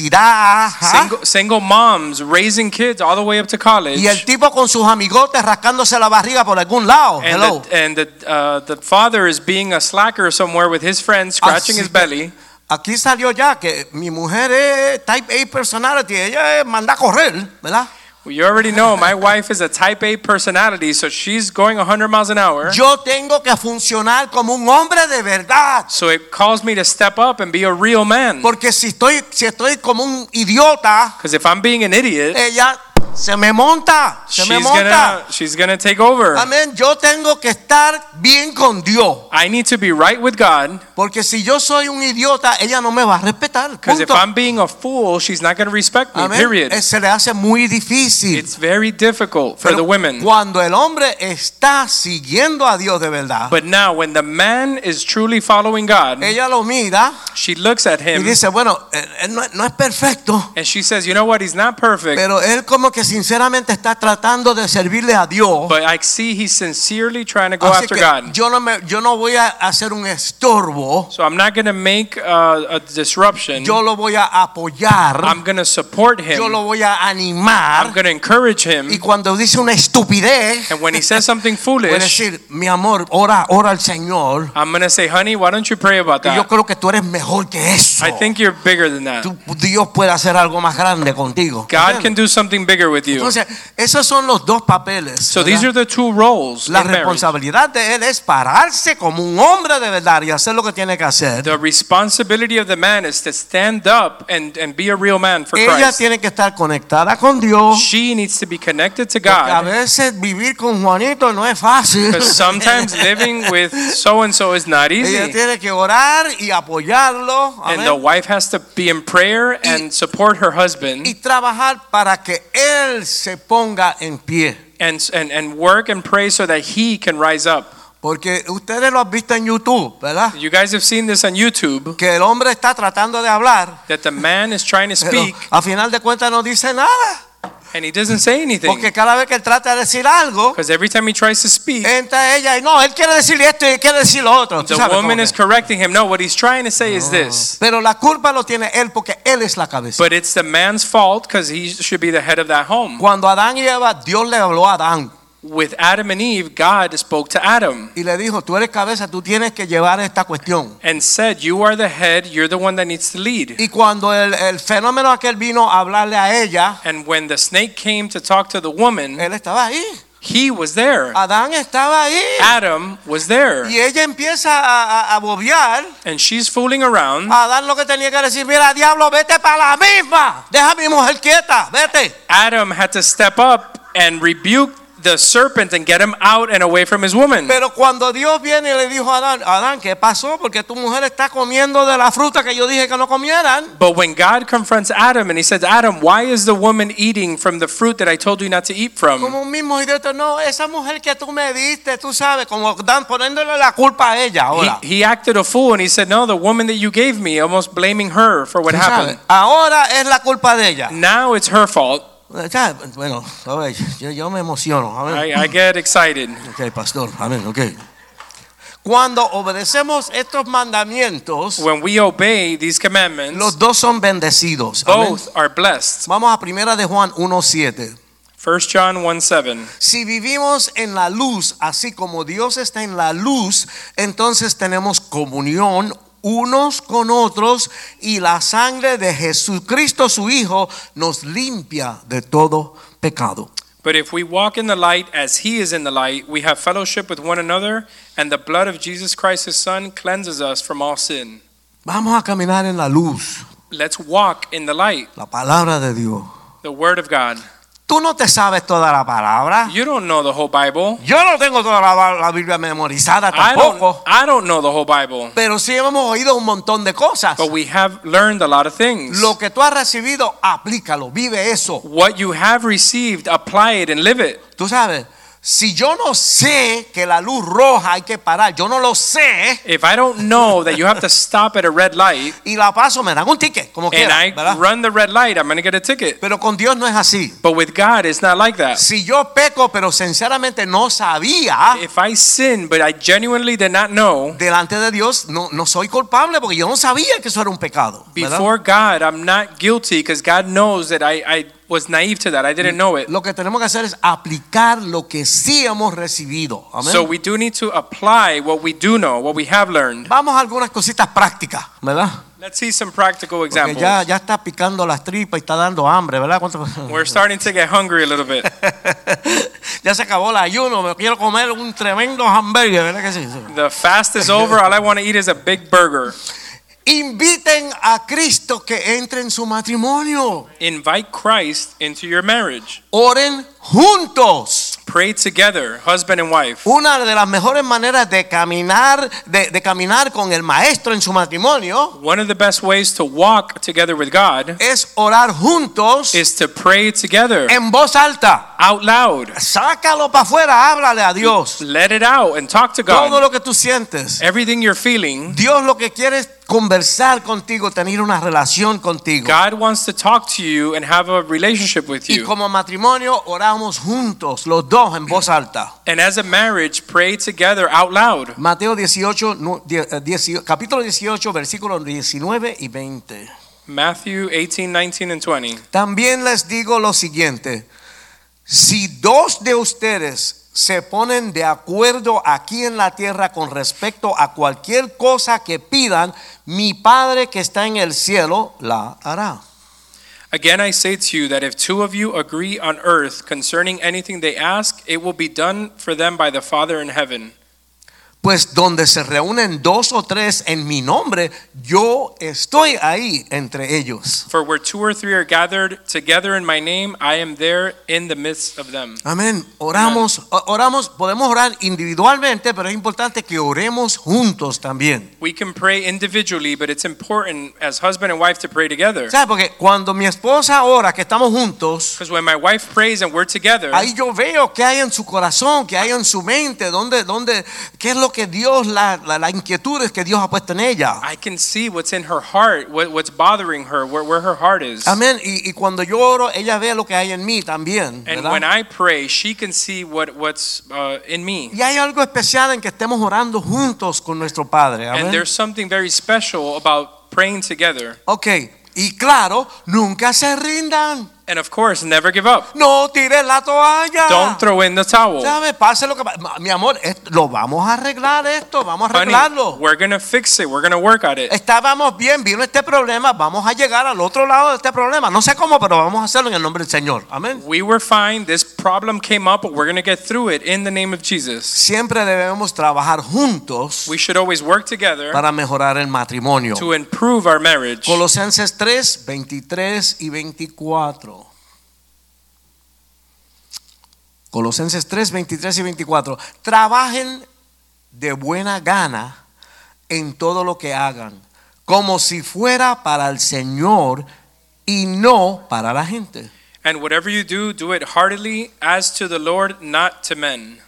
universidad. ajá. single, single moms raising kids all the way up to college, Y el tipo con sus amigotes rascándose la barriga por algún lado. and Oh, Hello. the, and the uh, the father is being a slacker somewhere with his friends, scratching Así his que- belly. Aquí salió ya que mi mujer es type A personality, ella es manda a correr, ¿verdad? Well, you already know my wife is a Type A personality, so she's going 100 miles an hour. Yo tengo que funcionar como un hombre de verdad. So it calls me to step up and be a real man. Porque si estoy, si estoy como un idiota, Because if I'm being an idiot, ella se me monta, Eh, se she's me monta. gonna she's gonna take over. Amén. Yo tengo que estar bien con Dios. I need to be right with God. Porque si yo soy un idiota, ella no me va a respetar. Because if punto. I'm being a fool, she's not going to respect me, Amén. period. Eh, Se le hace muy difícil. It's very difficult for Pero the women. Cuando el hombre está siguiendo a Dios de verdad, But now, when the man is truly following God, ella lo mira she looks at y him dice, bueno, él, él eh, no, no es perfecto, and she says, You know what? He's not perfect, pero él como que sinceramente está tratando de servirle a Dios. But I see he's sincerely trying to Pues, go Así after que God. yo no me, yo no voy a hacer un estorbo. So I'm not going to make uh, a disruption. Yo lo voy a apoyar. I'm going to support him. yo lo voy a I'm animar. going to encourage him. Y cuando dice una estupidez, And when he says something voy a foolish, decir, mi amor, ora, ora al Señor. I'm going to say, honey, why don't you pray about que yo that? creo que tú eres mejor que eso. I think you're bigger than that. Tú- Dios puede hacer algo más grande contigo. God can do something bigger with you. Entonces, esos son los dos papeles. So ¿verdad? these are the two roles La in marriage. responsabilidad de él es pararse como un hombre de verdad y hacer lo que tiene que hacer. The responsibility of the man is to stand up and, and be a real man for Ella Christ. tiene que estar conectada con Dios. She needs to be connected to porque a God veces vivir con Juanito no es fácil. because sometimes living with so and so is not Ella easy. tiene que orar y apoyarlo. amén, And the wife has to be in prayer and support her y husband trabajar para que él se ponga en pie. and, and, and work and pray so that he can rise up. Porque ustedes lo han visto en YouTube, ¿verdad? You guys have seen this on YouTube Que el hombre está tratando de hablar. that the man is trying to Pero speak a final de cuentas no dice nada. and he doesn't say anything Porque cada vez que él trata de decir algo, because every time he tries to speak, entra ella y no, él quiere decir esto y él quiere decir lo otro. Tú the sabes woman cómo is que- correcting him. No, what he's trying to say is this. Pero la culpa lo tiene él porque él es la cabeza. But it's the man's fault because he should be the head of that home. Cuando Adán y Eva, Dios le habló a Adán With Adam and Eve, God spoke to Adam y le dijo, tú eres cabeza, tú tienes que llevar esta cuestión. and said, You are the head, you're the one that needs to lead. Y cuando el, el fenómeno aquel vino a hablarle a ella, And when the snake came to talk to the woman, él estaba ahí. he was there. Adán estaba ahí. Ah. Adam was there. Y ella empieza a, a- a bobear, And she's fooling around. a dar lo que tenía que decir. Mira, diablo, vete para la misma. Deja a mi mujer quieta, vete. Adam had to step up and rebuke the serpent and get him out and away from his woman. Pero cuando Dios viene y le dijo a Adán, Adán, ¿qué pasó? Porque tu mujer está comiendo de la fruta que yo dije que no comieran. But when God confronts Adam and he says, Adam, why is the woman eating from the fruit that I told you not to eat from? Como un mismo idiota, no, esa mujer que tú me diste, tú sabes, como Dan poniéndole la culpa a ella He, ahora. he acted a fool and he said, No, the woman that you gave me, almost blaming her for what Tú sabes, happened. ahora es la culpa de ella. Now it's her fault. ¿Sabes? Bueno, a ver, yo, yo me emociono. A ver. I, I get excited. Ok, pastor, amén, ok. Cuando obedecemos estos mandamientos, When we obey these commandments, los dos son bendecidos. amén. both are blessed. Vamos a primera de Juan 1.7. 1 John 1 7. Si vivimos en la luz, así como Dios está en la luz, entonces tenemos comunión unos con otros y la sangre de Jesucristo su Hijo nos limpia de todo pecado. But if we walk in the light as he is in the light, we have fellowship with one another, and the blood of Jesus Christ, his son, cleanses us from all sin. Vamos a caminar en la luz, Let's walk in the light, la palabra de Dios. the word of God. Tú no te sabes toda la palabra. You don't know the whole Bible. Yo no tengo toda la, la Biblia memorizada I don't, Ah, tampoco. I don't know the whole Bible. Pero sí hemos oído un montón de cosas. But we have learned a lot of things. Lo que tú has recibido, aplícalo, vive eso. what you have received, apply it and live it. Tú sabes, si yo no sé que la luz roja hay que parar, yo no lo sé If I don't know that you have to stop at a red light y la paso, me dan un ticket, como and quiera, I ¿verdad? run the red light, I'm going to get a ticket. Pero con Dios no es así. But with God, it's not like that. Si yo peco, pero sinceramente no sabía, If I sin, but I genuinely did not know, delante de Dios no, no soy culpable porque yo no sabía que eso era un pecado. ¿verdad? before God, I'm not guilty because God knows that I, I was naive to that. I didn't know it. Lo que tenemos que hacer es aplicar lo que sí hemos recibido. Amén. So we do need to apply what we do know, what we have learned. Vamos a algunas cositas prácticas, ¿verdad? Let's see some practical Porque ya, examples. ya está picando las tripas y está dando hambre, ¿verdad? ¿Cuánto- We're starting to get hungry a little bit. ya se acabó el ayuno, me quiero comer un tremendo hamburger, ¿verdad que sí? The fast is over. All I want to eat is a big burger. Inviten a Cristo que entre en su matrimonio. Invite Christ into your marriage. Oren juntos. Pray together, husband and wife. Una de las mejores maneras de caminar, de, de caminar con el maestro en su matrimonio One of the best ways to walk together with God es orar juntos is to pray together en voz alta. out loud. Sácalo para afuera, háblale a Dios. Let it out and talk to Todo God. lo que tú sientes. Everything you're feeling, Dios lo que quiere es conversar contigo, tener una relación contigo. God wants to talk to you and have a relationship with Y you. como matrimonio oramos juntos, los dos en voz alta. And as a marriage, pray together out loud. Mateo 18, nu- die- eh, 18, capítulo 18, versículos 19 y 20. Matthew 18, 19, and 20. También les digo lo siguiente, si dos de ustedes se ponen de acuerdo aquí en la tierra con respecto a cualquier cosa que pidan, mi Padre que está en el cielo la hará. Again, I say to you that if two of you agree on earth concerning anything they ask, it will be done for them by the Father in heaven. Pues donde se reúnen dos o tres en mi nombre, yo estoy ahí entre ellos. For where two or three are gathered together in my name, I am there in the midst of them. Amén. Oramos, o- oramos, podemos orar individualmente, pero es importante que oremos juntos también. We can pray individually, but it's important as husband and wife to pray together. ¿Sabes? Porque cuando mi esposa ora, que estamos juntos, Because when my wife prays and we're together, ahí yo veo qué hay en su corazón, qué hay en su mente, dónde, dónde, qué es lo que Dios, la, la, las inquietudes que Dios ha puesto en ella. I can see what's in her heart, what, what's bothering her, where, where her heart is. Amén. Y, y cuando yo oro, ella ve lo que hay en mí también. And ¿verdad? when I pray, she can see what, what's uh, in me. Y hay algo especial en que estemos orando juntos con nuestro Padre. And Amén. there's something very special about praying together. Ok. Y claro, nunca se rindan. And of course, never give up. No tires la toalla. Don't throw in the towel. ¿Sabe? Pase lo que pa- ma- Mi amor, esto- lo vamos a arreglar esto, vamos a arreglarlo. Eh. Honey, we're going to fix it. We're going to work on it. Estábamos bien, vino este problema, vamos a llegar al otro lado de este problema. No sé cómo, pero vamos a hacerlo en el nombre del Señor. Amén. We were fine. This problem came up, but we're going to get through it in the name of Jesus. Siempre debemos trabajar juntos We should always work together para mejorar el matrimonio. to improve our marriage. Colosenses 3, 23 y 24. Colosenses 3, 23 y 24. Trabajen de buena gana en todo lo que hagan, como si fuera para el Señor y no para la gente. And whatever you do, do it heartily as to the Lord, not to men.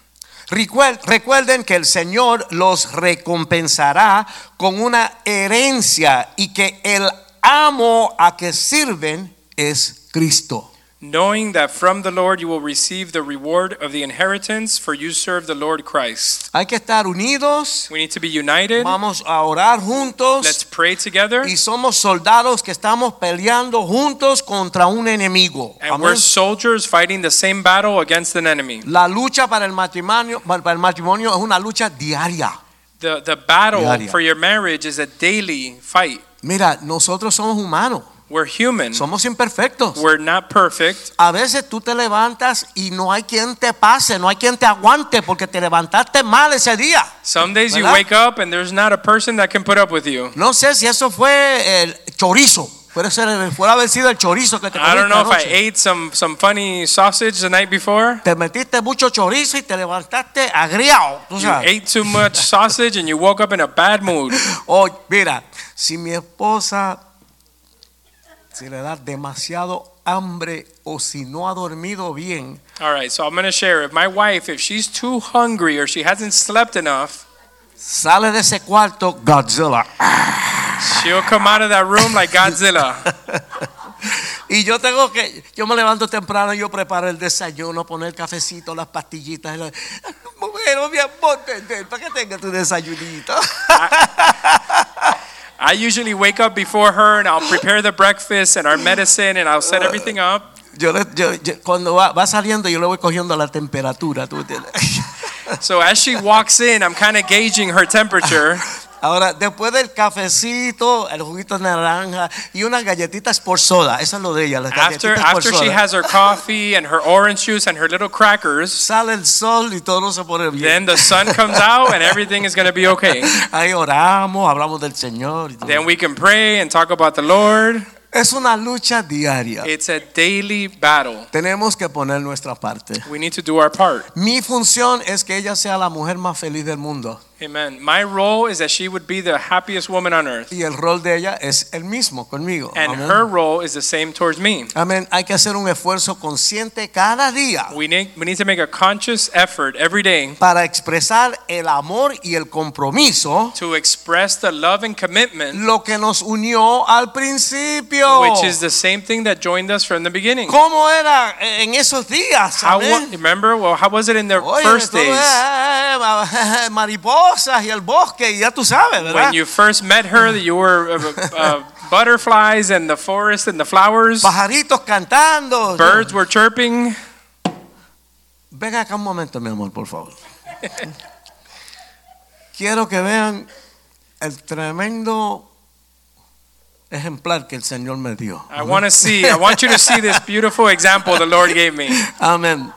Recuer- Recuerden que el Señor los recompensará con una herencia y que el amo a que sirven es Cristo. Knowing that from the Lord you will receive the reward of the inheritance, for you serve the Lord Christ. Hay que estar unidos. We need to be united. Vamos a orar Let's juntos. pray together. Y somos soldados que estamos peleando juntos contra un enemigo. And Amén. we're soldiers fighting the same battle against an enemy. La lucha para el matrimonio, para el matrimonio es una lucha diaria. The, the battle Diaria. for your marriage is a daily fight. Mira, nosotros somos humanos, We're human. somos imperfectos. We're not perfect. A veces tú te levantas y no hay quien te pase, no hay quien te aguante porque te levantaste mal ese día. Some days you ¿Verdad? wake up and there's not a person that can put up with you. No sé si eso fue el chorizo. Puede ser, puede haber sido el chorizo que te I don't comiste know if I anoche. ate some, some funny sausage the night before. Te metiste mucho chorizo y te levantaste agriado. tú You sabes. ate too much sausage and you woke up in a bad mood. Oh, mira, si mi esposa si le da demasiado hambre o si no ha dormido bien, All right, so I'm going to share. If my wife, if she's too hungry or she hasn't slept enough, sale de ese cuarto Godzilla. she'll come out of that room like Godzilla. Y yo tengo que, yo me levanto temprano, yo preparo el desayuno, poner el cafecito, las pastillitas. y la- Mujer, oh, mi amor, ven, ven, para que tenga tu desayunito. I usually wake up before her and I'll prepare the breakfast and our medicine and I'll set everything up. Yo, le- yo- yo- cuando va, va saliendo, yo le voy cogiendo la temperatura, ¿tú entiendes? So as she walks in, I'm kind of gauging her temperature. Ahora, después del cafecito, el juguito de naranja y unas galletitas por soda. Eso es lo de ella, las After galletitas por after she soda. has her coffee and her orange juice and her little crackers, Sale el sol y todo se pone bien. then the sun comes out and everything is going to be okay. Ahí oramos, hablamos del Señor. y todo. Then we can pray and talk about the Lord. Es una lucha diaria. It's a daily battle. Tenemos que poner nuestra parte. We need to do our part. Mi función es que ella sea la mujer más feliz del mundo. Amen. My role is that she would be the happiest woman on earth. Y el rol de ella es el mismo conmigo. And Amén. her role is the same towards me. Amén. Hay que hacer un esfuerzo consciente cada día We need, we need to make a conscious effort every day para expresar el amor y el compromiso, to express the love and commitment, lo que nos unió al principio. which is the same thing that joined us from the beginning. ¿Cómo era en esos días? How amén? wa- remember? Well, how was it in the Oye, first tú, days eh, eh, mariposas y el bosque, y ya tú sabes, ¿verdad? when you first met her? That you were uh, uh, butterflies and the forest and the flowers. Pajaritos cantando. Birds were chirping. Ven acá un momento, mi amor, por favor. Quiero que vean el tremendo ejemplar que el Señor me dio. I want to see. I want you to see this beautiful example the Lord gave me. Amén.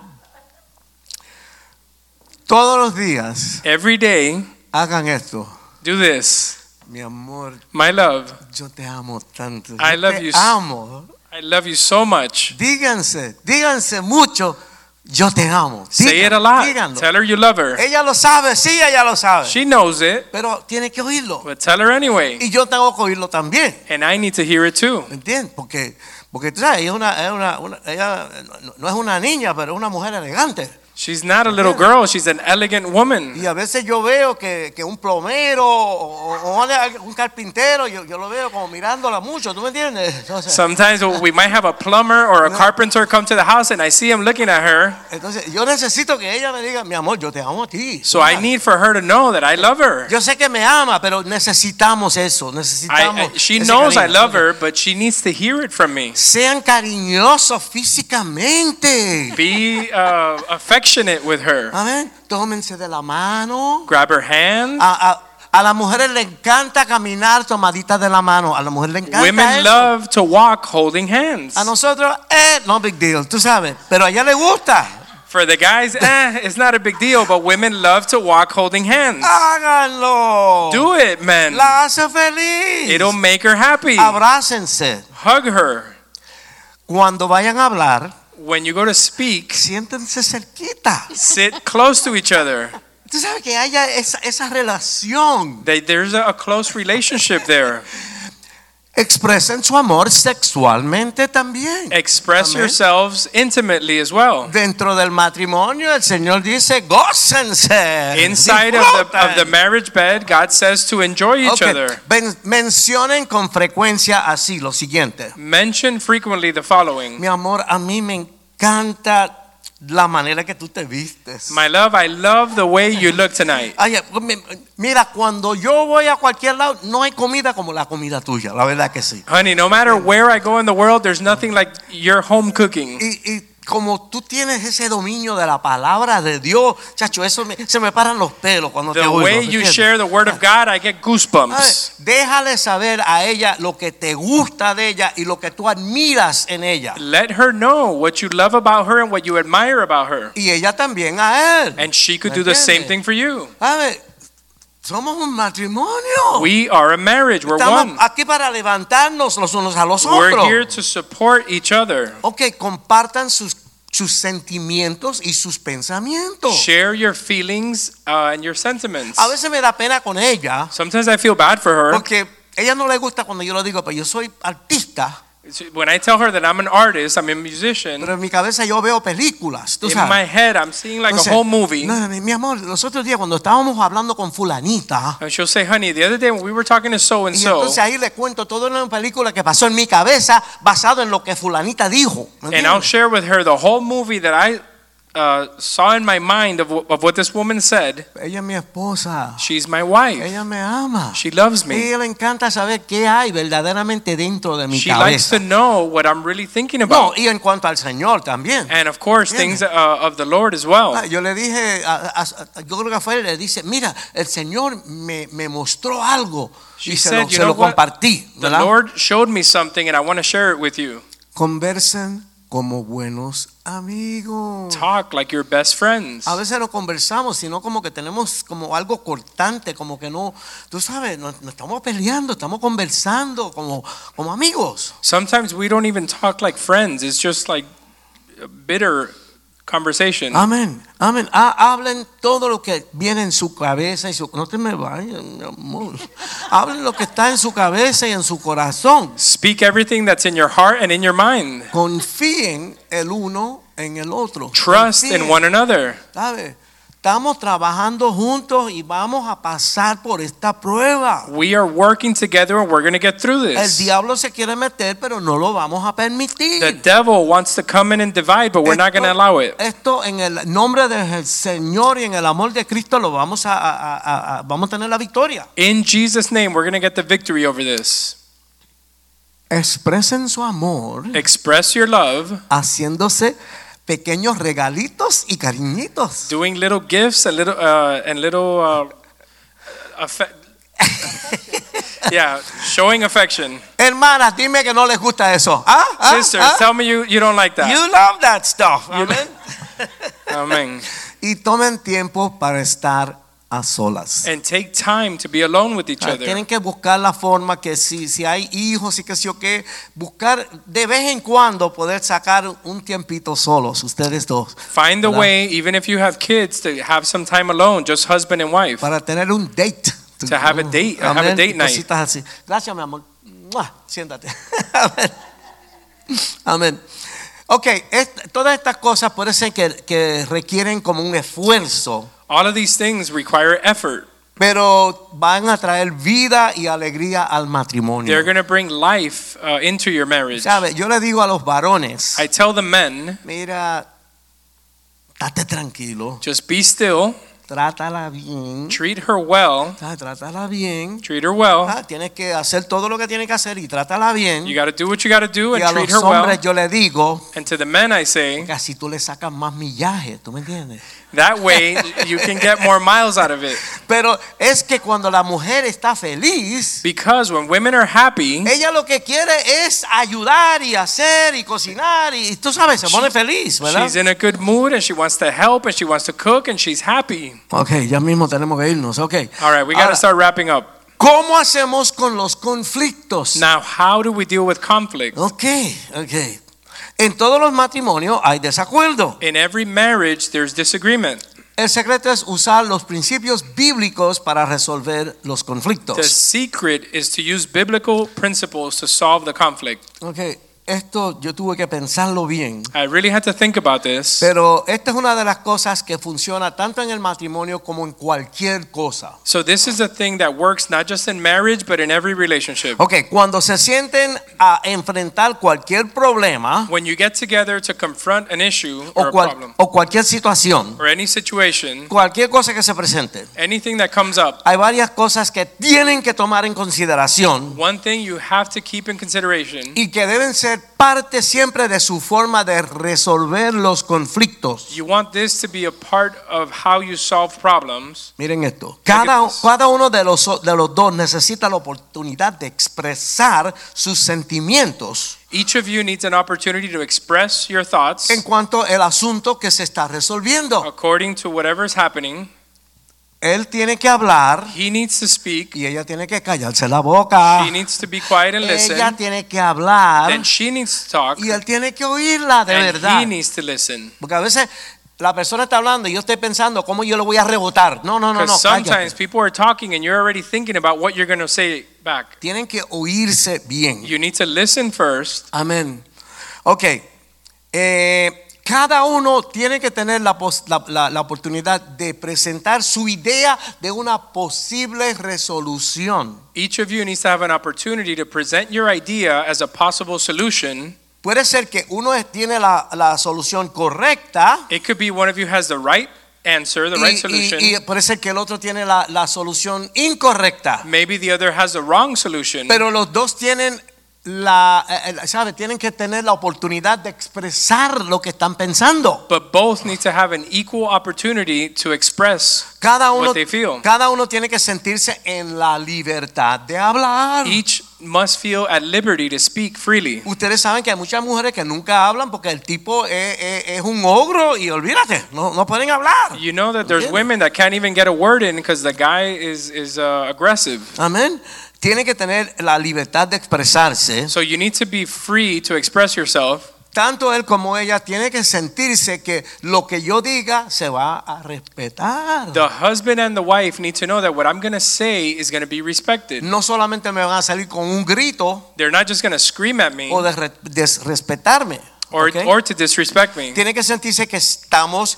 Todos los días Every day, hagan esto. do this. Mi amor, My love, yo te amo tanto. I Yo love te you s- amo. I love you so much. Díganse, díganse mucho. Yo te amo. Say it a Digan- lot. díganlo. Tell her you love her. Ella lo sabe, sí, ella lo sabe. She knows it, Pero tiene que oírlo. but tell her anyway. Y yo tengo que oírlo también. And I need to hear it too. ¿Me entiendes? Porque, porque tú sabes, ella, es una, es una- una- ella no, no es una niña, pero es una mujer elegante. She's not a little girl, she's an elegant woman. Y a veces yo veo que, que un plomero o, o- o un carpintero, yo, yo lo veo como mirándola mucho, ¿tú me entiendes? Entonces, Sometimes we might have a plumber or a carpenter come to the house and I see him looking at her. entonces yo necesito que ella me diga, mi amor, yo te amo a ti. So I need for her to know that I love her. Yo sé que me ama, pero necesitamos eso, I, necesitamos. I- she ese knows I cariño. love her, but she needs to hear it from me. Sean cariñosos físicamente. Be uh, affectionate with her. Amén. Tómense de la mano. Grab her hand. A, a- a las mujeres le encanta caminar tomaditas de la mano. A la mujer le encanta Women eso. love to walk holding hands. A nosotros, eh, no big deal, tú sabes. Pero a ella le gusta. For the guys, eh, it's not a big deal, but women love to walk holding hands. Ah, Háganlo. Do it, men. La hace feliz. It'll make her happy. Abrácense. Hug her. Cuando vayan a hablar, When you go to speak, siéntense cerquita. sit close to each other. Tú sabes que haya esa, esa relación. They, there's a, a close relationship there. Expresen su amor sexualmente también. Eh. Express Amen. yourselves intimately as well. Dentro del matrimonio, el Señor dice, gócense. Inside of the, of disfruten". the marriage bed, God says to enjoy each Ok, other. ven- mencionen con frecuencia así lo siguiente. Mention frequently the following Mi amor, a mí me encanta la manera que tú te vistes. My love, I love the way you look tonight. Ay, mi- mira, cuando yo voy a cualquier lado, no hay comida como la comida tuya, la verdad que sí. Honey, no matter where I go in the world, there's nothing like your home cooking. Y, y como tú tienes ese dominio de la palabra de Dios, chacho, eso me- se me paran los pelos cuando te The oigo. way ¿me you entiendes? share the word of God, I get Ay, goosebumps. déjale saber a ella lo que te gusta de ella y lo que tú admiras en ella. Let her know what you love about her and what you admire about her. Y ella también a él. And she could do the same thing for you. A ver, somos un matrimonio. We are a marriage, we're Oh. Estamos one. aquí para levantarnos los unos a los We're otros. here to support each other. Ok, compartan sus, sus sentimientos y sus pensamientos. Share your feelings uh, and your sentiments. A veces me da pena con ella Sometimes I feel bad for her. porque ella no le gusta cuando yo lo digo, pero yo soy artista, When I tell her that I'm an artist, I'm a musician, pero en mi cabeza yo veo películas, tú in sabes. my head I'm seeing like a Entonces, whole movie. no, no, mi amor, los otros días cuando estábamos hablando con fulanita, And she'll say, honey, the other day when we were talking to so and y so, entonces ahí le cuento toda una película que pasó en mi cabeza basado en lo que fulanita dijo. ¿me and I'll entiendes? share with her the whole movie that I uh, saw in my mind of, wh- of what this woman said. Ella es mi esposa. She's my wife. Ella me ama. She loves Y me. ella le encanta saber qué hay verdaderamente dentro de mi She likes cabeza. to know what I'm really thinking No, about. y en cuanto al Señor también. And of course, Entiende. things uh, of the Lord as Ah, well. Yo le dije, a- a- a- yo creo que fue, le dice, mira, el Señor me, me mostró algo y She se, said, lo, "You se know lo what? compartí. The ¿verdad? Lord showed me something and I want to share it with you. Conversen como buenos amigos. Talk like your best friends. A veces no conversamos, sino como que tenemos como algo cortante, como que no, tú sabes, no, no estamos peleando, estamos conversando como, como amigos. Sometimes we don't even talk like friends. It's just like bitter Ah. conversation. Amén, amén. Ha- hablen todo lo que viene en su cabeza y su... No te me vayas, mi amor. Hablen lo que está en su cabeza y en su corazón. Speak everything that's in your heart and in your mind. Confíen el uno en el otro. Trust Confíen, in one another. ¿sabe? Estamos trabajando juntos y vamos a pasar por esta prueba. We are working together and we're going to get through El this. diablo se quiere meter, pero no lo vamos a The permitir. devil wants to come in and divide, but we're not going to allow it. Esto en el nombre del Señor y en el amor de Cristo lo vamos a, a- a- a- vamos a tener la victoria. In Jesus' name, we're going to get the victory over this. Expresen su amor Express your love, haciéndose pequeños regalitos y cariñitos. doing little gifts and little uh, and little uh, affect. yeah, showing affection. Hermanas, dime que no les gusta eso. ¿Ah? ¿Ah? Sisters, ¿Ah? tell me you, you don't like that. You love that stuff. Amén. Amen. Y tomen tiempo para estar a solas. And take time to be alone with each Ah, other. Tienen que buscar la forma que si, si hay hijos y que si o qué, buscar de vez en cuando poder sacar un tiempito solos, ustedes dos, Find a ¿verdad? way, even if you have kids, to have some time alone, just husband and wife. para tener un date. Mm, To have a date, have a Amén, date night. cositas así. Gracias, mi amor. Mua, Siéntate. Amén. Amén. Ok, est- todas estas cosas parecen que, que requieren como un esfuerzo, All of these things require effort. pero van a traer vida y alegría al matrimonio. They're going to bring life uh, into your marriage. ¿Sabe? Yo le digo a los varones. I tell the men, Mira, date tranquilo, just be still, trátala bien, treat her well, ah, trátala bien. treat her well. Ah, tienes que hacer todo lo que tienes que hacer y trátala bien. You got to do what you got to do Y and a treat los her well. hombres yo le digo And to the men, I say, que así tú le sacas más millaje, ¿tú me entiendes? that way you can get more miles out of it. Pero es que cuando la mujer está feliz, Because when women are happy, ella lo que quiere es ayudar y hacer y cocinar y y tú sabes, se pone feliz, ¿verdad? she's in a good mood and she wants to help and she wants to cook and she's happy. Ok, ya mismo tenemos que irnos, ok. All right, we got Ahora, to start wrapping up. ¿Cómo hacemos con los conflictos? Now, how do we deal with conflict? Ok, ok. En todos los matrimonios hay desacuerdo. In every marriage, there's disagreement. El secreto es usar los principios bíblicos para resolver los The conflictos. secret is to use biblical principles to solve the conflict. Ok, esto yo tuve que pensarlo bien. I really had to think about this. Pero esta es una de las cosas que funciona tanto en el matrimonio como en cualquier cosa. So this is a thing that works not just in marriage but in every relationship. Ok, cuando se sienten a enfrentar cualquier problema When you get together to confront an issue or o, a cual- problem o cualquier situación, or any situation, cualquier cosa que se presente, anything that comes up, hay varias cosas que tienen que tomar en consideración one thing you have to keep in consideration, y que deben ser parte siempre de su forma de resolver los conflictos. you want this to be a part of how you solve problems. Miren esto. Cada, this. cada uno de los, de los dos necesita la oportunidad de expresar sus sentimientos Each of you needs an opportunity to express your thoughts en cuanto al asunto que se está resolviendo. according to whatever's happening. Él tiene que hablar He needs to speak. y ella tiene que callarse la boca. She needs to be quiet and Ah. Ella listen. tiene que hablar Then she needs to talk. y él tiene que oírla de And verdad. he needs to listen. Porque a veces la persona está hablando y yo estoy pensando cómo yo lo voy a rebotar. No, no, no, Because no. cállate. sometimes people are talking and you're already thinking about what you're going to say back. Tienen que oírse bien. You need to listen first. Amén. Ok. Eh, cada uno tiene que tener la, pos- la- la- la oportunidad de presentar su idea de una posible resolución. Each of you needs to have an opportunity to present your idea as a possible solution. Puede ser que uno es- tiene la, la solución correcta It could be one of you has the right answer, the y, right y- solution. y puede ser que el otro tiene la, la solución incorrecta. Maybe the other has the wrong solution. Pero los dos tienen la, eh, eh, ¿sabe? Tienen que tener la oportunidad de expresar lo que están pensando. But both need to have an equal opportunity to express. Cada What uno, they feel. cada uno tiene que sentirse en la libertad de hablar. Each must feel at liberty to speak freely. Ustedes saben que hay muchas mujeres que nunca hablan porque el tipo es, es- es un ogro y olvídate, no, no pueden hablar. You know that there's Entiendo. women that can't even get a word in because the guy is is uh, aggressive. Amén. Tienen que tener la libertad de expresarse So you need to be free to express yourself Tanto él como ella tiene que sentirse que lo que yo diga se va a respetar. The husband and the wife need to know that what I'm going to say is going to be respected. No solamente me van a salir con un grito They're not just going to scream at me o de re- desrespetarme. or, ¿ok? or to disrespect me. Tiene que sentirse que estamos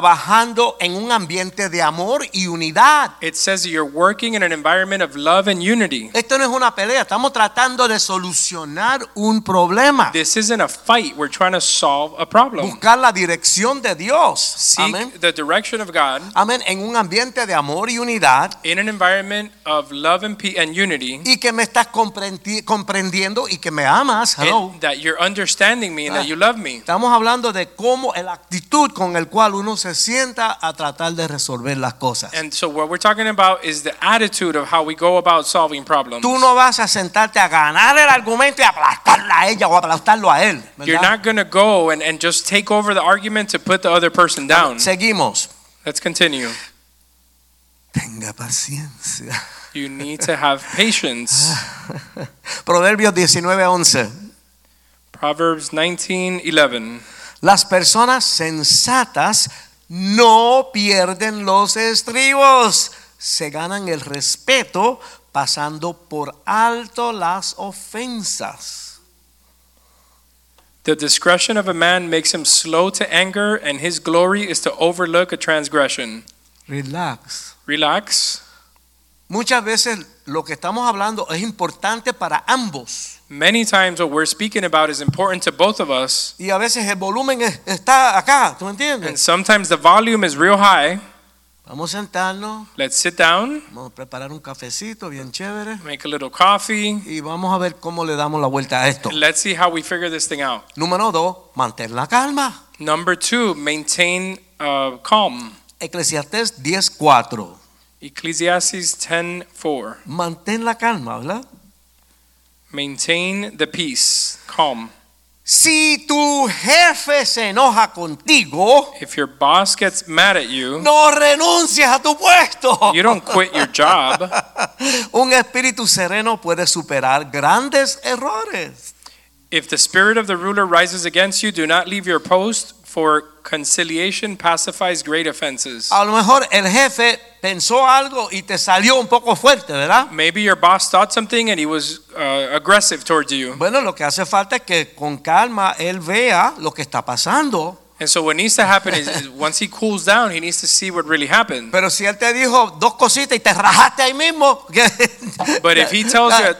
trabajando en un ambiente de amor y unidad. It says that you're working in an environment of love and unity. Esto no es una pelea, estamos tratando de solucionar un problema. This isn't a fight. We're trying to solve a problem. Buscar la dirección de Dios. Seek Amén. the direction of God Amén. En un ambiente de amor y unidad. in an environment of love and peace and unity. Y que me estás comprendi- comprendiendo y que me Eh. amas. Hello. and that you're understanding me and Ah. that you love me. Estamos hablando de cómo la actitud con el cual uno se sienta a tratar de resolver las cosas. And so what we're talking about is the attitude of how we go about solving problems. Tú no vas a sentarte a ganar el argumento y aplastarla a ella o aplastarlo a él. ¿verdad? You're not going to go and, and just take over the argument to put the other person down. Seguimos. Let's continue. Tenga paciencia. You need to have patience. Proverbios 19:11. Proverbs 19:11. Las personas sensatas no pierden los estribos, se ganan el respeto pasando por alto las ofensas. The discretion of a man makes him slow to anger, and his glory is to overlook a transgression. Relax. Relax. Muchas veces lo que estamos hablando es importante para ambos Many times, what we're speaking about is important to both of us, y a veces el volumen es- está acá, ¿tú me and entiendes? sometimes the volume is real high. Vamos a sentarnos, Let's sit down, vamos a preparar un cafecito bien chévere make a little coffee, y vamos a ver cómo le damos la vuelta a esto. and let's see how we figure this thing out. Número dos, mantén la calma. Number two, maintain uh, calm. Eclesiastés 10:4. Ecclesiastes 10:4. Mantén la calma, ¿verdad? Maintain the peace, calm. Si tu jefe se enoja contigo, If your boss gets mad at you, no renuncies a tu puesto. You don't quit your job. Un espíritu sereno puede superar grandes errores. If the spirit of the ruler rises against you, do not leave your post, for conciliation pacifies great offenses. A lo mejor el jefe pensó algo y te salió un poco fuerte, ¿verdad? Maybe your boss thought something and he was uh, aggressive towards you. Bueno, lo que hace falta es que con calma él vea lo que está pasando. And so, what needs to happen is, is once he cools down, he needs to see what really happened. Pero si él te dijo dos cositas y te rajaste ahí mismo, que- But if he tells you at,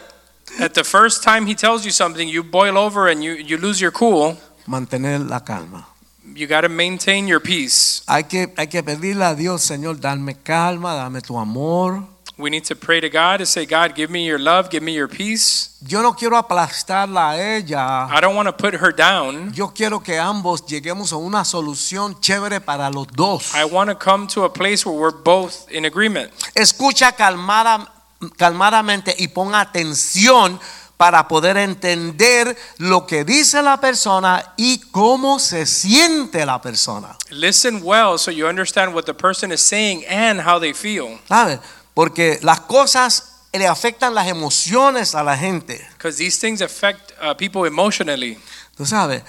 at the first time he tells you something, you boil over and you, you lose your cool, mantener la calma. you got to maintain your peace. Hay que, hay que pedirle a Dios, Señor, dame calma, dame tu amor. We need to pray to God to say, God, give me your love, give me your peace. Yo no quiero aplastarla a ella. I don't want to put her down. Yo quiero que ambos lleguemos a una solución chévere para los dos. I want to come to a place where we're both in agreement. Escucha calmada- calmadamente y pon atención para poder entender lo que dice la persona y cómo se siente la persona. Listen well so you understand what the person is saying and how they feel. ¿Sabes? Porque las cosas le afectan las emociones a la gente. Because these things affect uh, people emotionally. Tú sabes,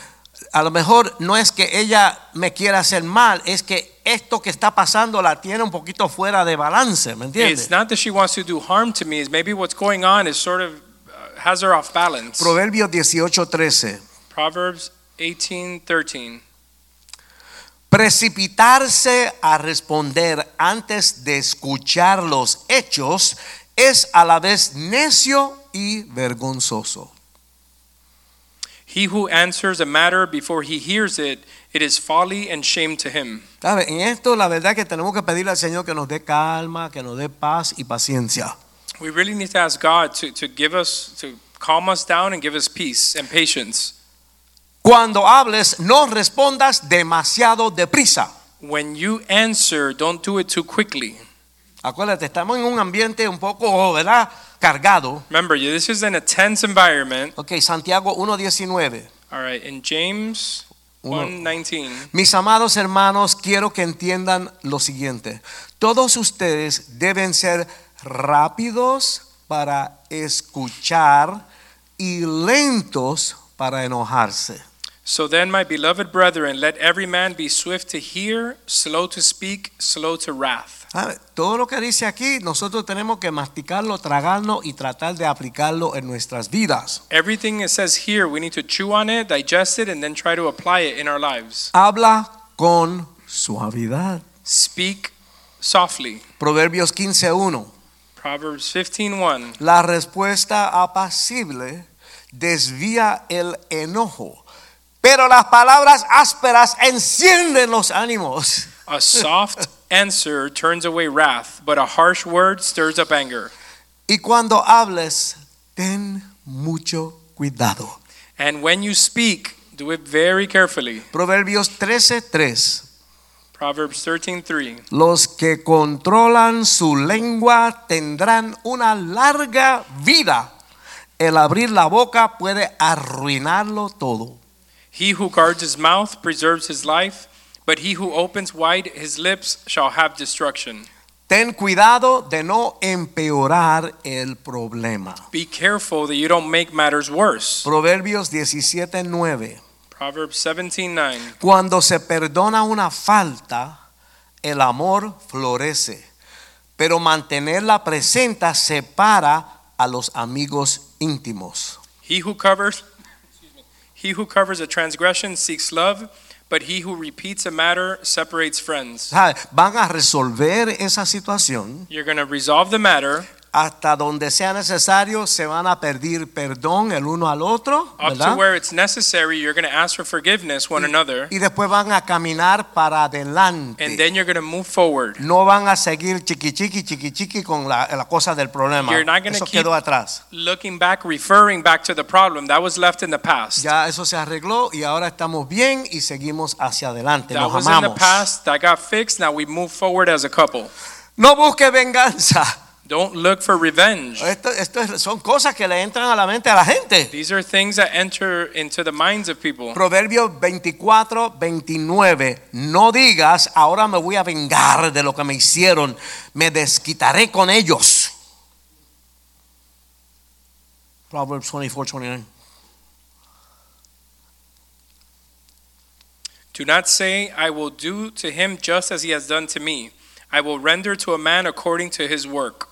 a lo mejor no es que ella me quiera hacer mal, es que esto que está pasando la tiene un poquito fuera de balance, ¿me entiendes? It's not that she wants to do harm to me, it's maybe what's going on is sort of uh, has her off balance. Proverbios 18:13. Proverbs 18 13. Precipitarse a responder antes de escuchar los hechos es a la vez necio y vergonzoso. He who answers a matter before he hears it, it is folly and shame to him. ¿Sabe? En esto la verdad que tenemos que pedirle al Señor que nos dé calma, que nos dé paz y paciencia. We really need to ask God to, to give us, to calm us down and give us peace and patience. Cuando hables, no respondas demasiado deprisa. When you answer, don't do it too quickly. Acuérdate, estamos en un ambiente un poco, ¿verdad? Cargado. Remember, this is in a tense environment. Ok, Santiago 1.19. All right, in James Uno. 1:19, Mis amados hermanos, quiero que entiendan lo siguiente. Todos ustedes deben ser rápidos para escuchar y lentos para enojarse. So then, my beloved brethren, let every man be swift to hear, slow to speak, slow to wrath. ¿Sabe? Todo lo que dice aquí, nosotros tenemos que masticarlo, tragarlo y tratar de aplicarlo en nuestras vidas. Everything it says here, we need to chew on it, digest it, and then try to apply it in our lives. Habla con suavidad. Speak softly. Proverbios 15:1. Proverbs 15:1. La respuesta apacible desvía el enojo, pero las palabras ásperas encienden los ánimos. A soft answer turns away wrath, but a harsh word stirs up anger. Y cuando hables, ten mucho cuidado. And when you speak, do it very carefully. Proverbios 13:3. Proverbs 13:3. Los que controlan su lengua tendrán una larga vida. El abrir la boca puede arruinarlo todo. He who guards his mouth preserves his life, but he who opens wide his lips shall have destruction. Ten cuidado de no empeorar el problema. Be careful that you don't make matters worse. Proverbios 17:9. Proverbs 17:9. Cuando se perdona una falta, el amor florece. Pero mantenerla presente separa a los amigos íntimos. He who covers excuse me, he who covers a transgression seeks love, but he who repeats a matter separates friends. ¿Sabe? Van a resolver esa situación You're going to resolve the matter hasta donde sea necesario, se van a pedir perdón el uno al otro, up ¿verdad? to where it's necessary. You're going to ask for forgiveness one another, Y después van a caminar para and adelante. then you're going to move forward. No van a seguir chiqui chiqui chiqui chiqui con la, la cosa del problema. You're not gonna Eso keep- quedó atrás. Looking back, referring back to the problem that was left in the past. Ya eso se arregló y ahora estamos bien y seguimos hacia adelante. That Nos was in the amamos. past. That got fixed. Now we move forward as a couple. No busque venganza. Don't look for revenge. Esto, esto es- son cosas que le entran a la mente a la gente. These are things that enter into the minds of people. Proverbios 24, 29. No digas, ahora me voy a vengar de lo que me hicieron. Me desquitaré con ellos. Proverbs 24, 29. Do not say, I will do to him just as he has done to me. I will render to a man according to his work.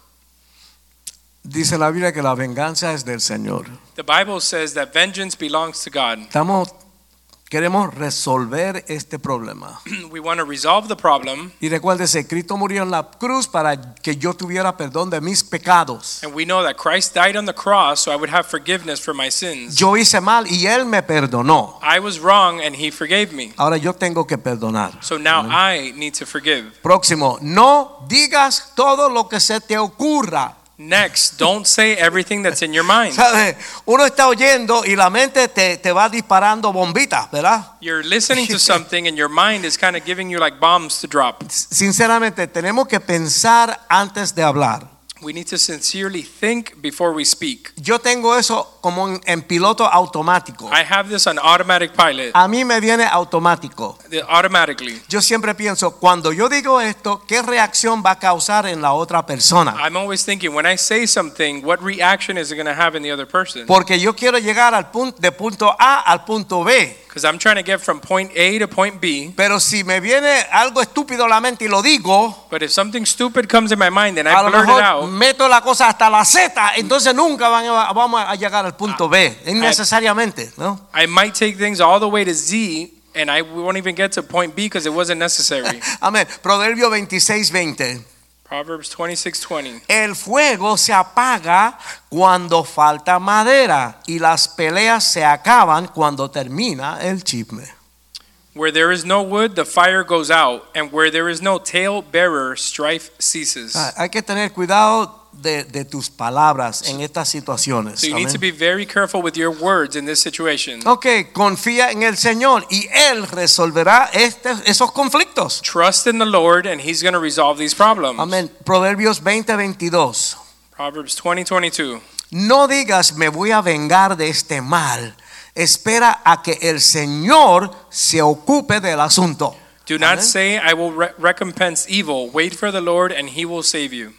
Dice la Biblia que la venganza es del Señor. The Bible says that vengeance belongs to God. Estamos, queremos resolver este problema. we want to resolve the problem, Y recuérdese, Cristo murió en la cruz para que yo tuviera perdón de mis pecados. and we know that Christ died on the cross so I would have forgiveness for my sins. Yo hice mal y Él me perdonó. I was wrong and he forgave me. Ahora yo tengo que perdonar. So now I need to forgive. Próximo, no digas todo lo que se te ocurra. Next, don't say everything that's in your mind. ¿Sabes? Uno está oyendo y la mente te, te va disparando bombitas, ¿verdad? You're listening to something and your mind is kind of giving you like bombs to drop. Sinceramente, tenemos que pensar antes de hablar. We need to sincerely think before we speak. Yo tengo eso como en, en piloto automático. I have this on automatic pilot, A mí me viene automático. the- automatically. Yo siempre pienso, cuando yo digo esto, ¿qué reacción va a causar en la otra persona? I'm always thinking when I say something, what reaction is it going to have in the other person? Porque yo quiero llegar al punto, de punto A al punto B. Because I'm trying to get from point A to point B. Pero si me viene algo estúpido a la mente y lo digo, But if something stupid comes in my mind and a I lo blurt mejor it out, meto la cosa hasta la Z, entonces nunca van a- vamos a llegar al punto B, Ah, innecesariamente, ¿no? I might take things all the way to Z and I won't even get to point B because it wasn't necessary. Amén. Proverbio 26, 20. Proverbs 26:20. El fuego se apaga cuando falta madera y las peleas se acaban cuando termina el chisme. Where there is no wood, the fire goes out, and where there is no tale bearer, strife ceases. Ah, Hay que tener cuidado de, de tus palabras en estas situaciones. So you need Amén. to be very careful with your words in this situation. Ok, confía en el Señor y Él resolverá este- esos conflictos. Trust in the Lord and he's going to resolve these problems. Amén. Proverbios 20, 22. Proverbs 20:22. No digas me voy a vengar de este mal. Espera a que el Señor se ocupe del asunto. Do not Amen. say I will re- recompense evil. Wait for the Lord and he will save you.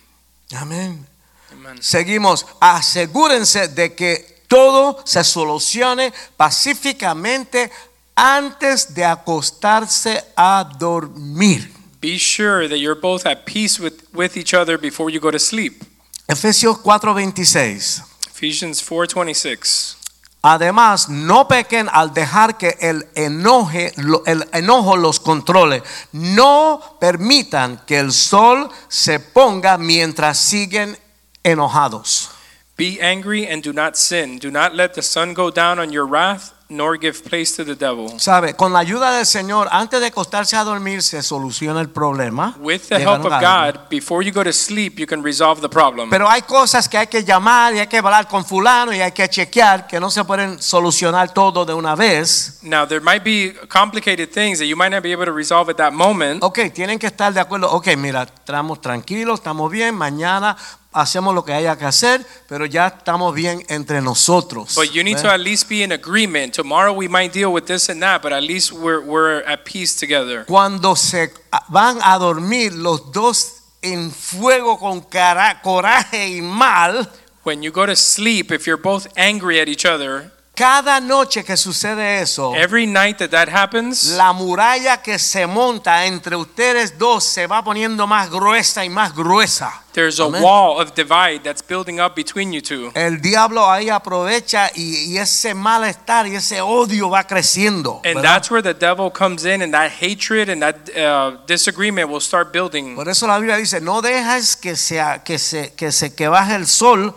Amén. Amen. Seguimos. Asegúrense de que todo se solucione pacíficamente antes de acostarse a dormir. Be sure that you're both at peace with, with each other before you go to sleep. Efesios 4:26. Ephesians 4:26. Además, no pequen al dejar que el, enoje, lo- el enojo los controle. No permitan que el sol se ponga mientras siguen enojados. Be angry and do not sin. Do not let the sun go down on your wrath, nor give place to the devil. ¿Sabe? Con la ayuda del Señor, antes de acostarse a dormir, se soluciona el problema. With the Llegaron help of a algo. God, before you go to sleep, you can resolve the problem. Pero hay cosas que hay que llamar y hay que hablar con fulano y hay que chequear que no se pueden solucionar todo de una vez. Now, there might be complicated things that you might not be able to resolve at that moment. Ok, tienen que estar de acuerdo. Ok, mira, estamos tranquilos, estamos bien, mañana hacemos lo que haya que hacer, pero ya estamos bien entre nosotros. But you need ¿Ves? to at least be in agreement. Tomorrow we might deal with this and that, but at least we're, we're at peace together. Cuando se van a dormir los dos en fuego con cara- coraje y mal, When you go to sleep, if you're both angry at each other, cada noche que sucede eso, every night that that happens, Oh. La muralla que se monta entre ustedes dos se va poniendo más gruesa y más gruesa. there's a Amen. wall of divide that's building up between you two. El diablo ahí aprovecha y, y ese malestar y ese odio va creciendo. And ¿verdad? that's where the devil comes in, and that hatred and that uh, disagreement will start building. Por eso la Biblia dice, no dejes que, sea, que, se, que, se, que baje el sol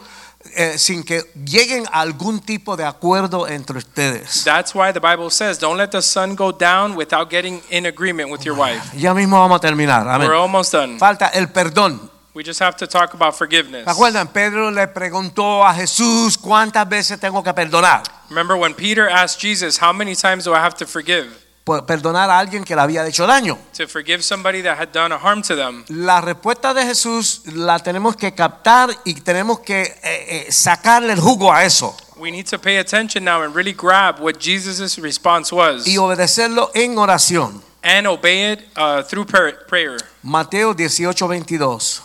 eh, sin que lleguen a algún tipo de acuerdo entre ustedes. That's why the Bible says, don't let the sun go down without getting in agreement with your wife. Ya mismo vamos a terminar. Amén. We're almost done. Falta el perdón. We just have to talk about forgiveness. ¿Se acuerdan? Pedro le preguntó a Jesús cuántas veces tengo que perdonar. Remember when Peter asked Jesus, How many times do I have to forgive? Por perdonar a alguien que le había hecho daño. To forgive somebody that had done a harm to them. La respuesta de Jesús la tenemos que captar y tenemos que eh, eh, sacarle el jugo a eso We need to pay attention now and really grab what Jesus' response was y obedecerlo en oración. and obey it uh, through par- prayer. Mateo 18, 22.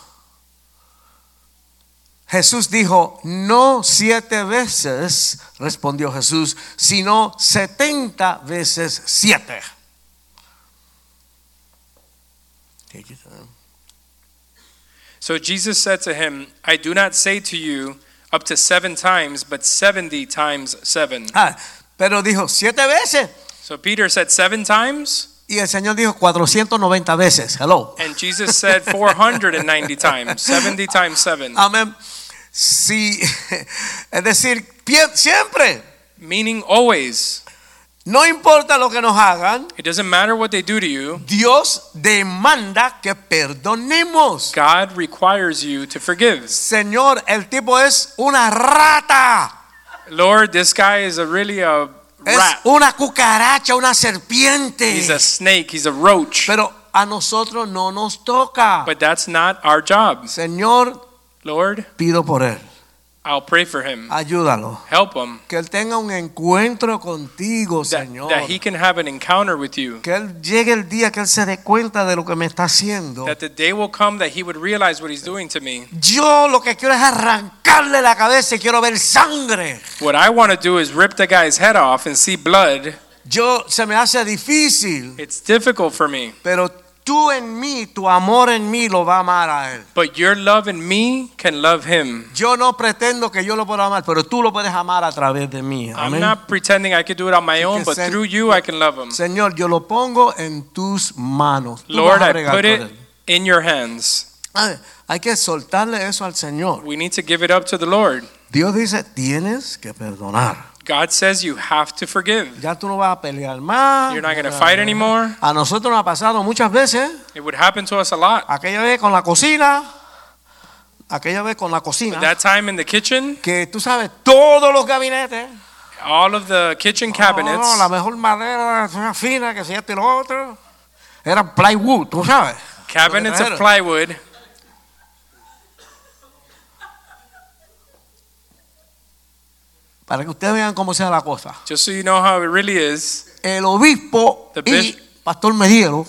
Jesús dijo, no siete veces, respondió Jesús, sino setenta veces siete. So Jesus said to him, I do not say to you up to seven times, but 70 times seven. Ah, pero dijo, siete veces. So Peter said seven times, Y el Señor dijo, 490 veces. Hello. and Jesus said 490 times, 70 times seven, Amén. Sí, es decir, pie- siempre, meaning always. no importa lo que nos hagan, It doesn't matter what they do to you, Dios demanda que perdonemos. God requires you to forgive. Señor, el tipo es una rata, Lord, this guy is a really a es rat. una cucaracha, una serpiente. He's a snake. He's a roach. Pero a nosotros no nos toca. But that's not our job. Señor, Lord, pido por él, I'll pray for him. ayúdalo. Help him. Que él tenga un encuentro contigo, That, Señor. that he can have an encounter with you. que él llegue el día que él se dé cuenta de lo que me está haciendo. That the day will come that he would realize what he's doing to me. Yo lo que quiero es arrancarle la cabeza y quiero ver sangre. What I want to do is rip the guy's head off and see blood. Yo se me hace difícil, It's difficult for me. pero tú en mí, tu amor en mí lo va a amar a él. But your love in me can love him. Yo no pretendo que yo lo pueda amar, pero tú lo puedes amar a través de mí. I'm Amén. not pretending I could do it on my own, que but ser- through you I can love him. Señor, yo lo pongo en tus manos. Tú Lord, vas a I bregar put con it él. in your hands. Ay, Hay que soltarle eso al Señor. We need to give it up to the Lord. Dios dice, tienes que perdonar. God says you have to forgive. Ya tú no vas a pelear más. You're not going to fight anymore. A nosotros nos ha pasado muchas veces. It would happen to us a lot. aquella vez con la cocina, aquella vez con la cocina, That time in the kitchen, que tú sabes, todos los gabinetes, all of the kitchen no, la cabinets, mejor madera una fina que si esto y lo otro, era plywood, tú sabes. cabinets of plywood, Para que ustedes vean cómo sea la cosa. just so you know how it really is, El obispo The y bishop- pastor Mediero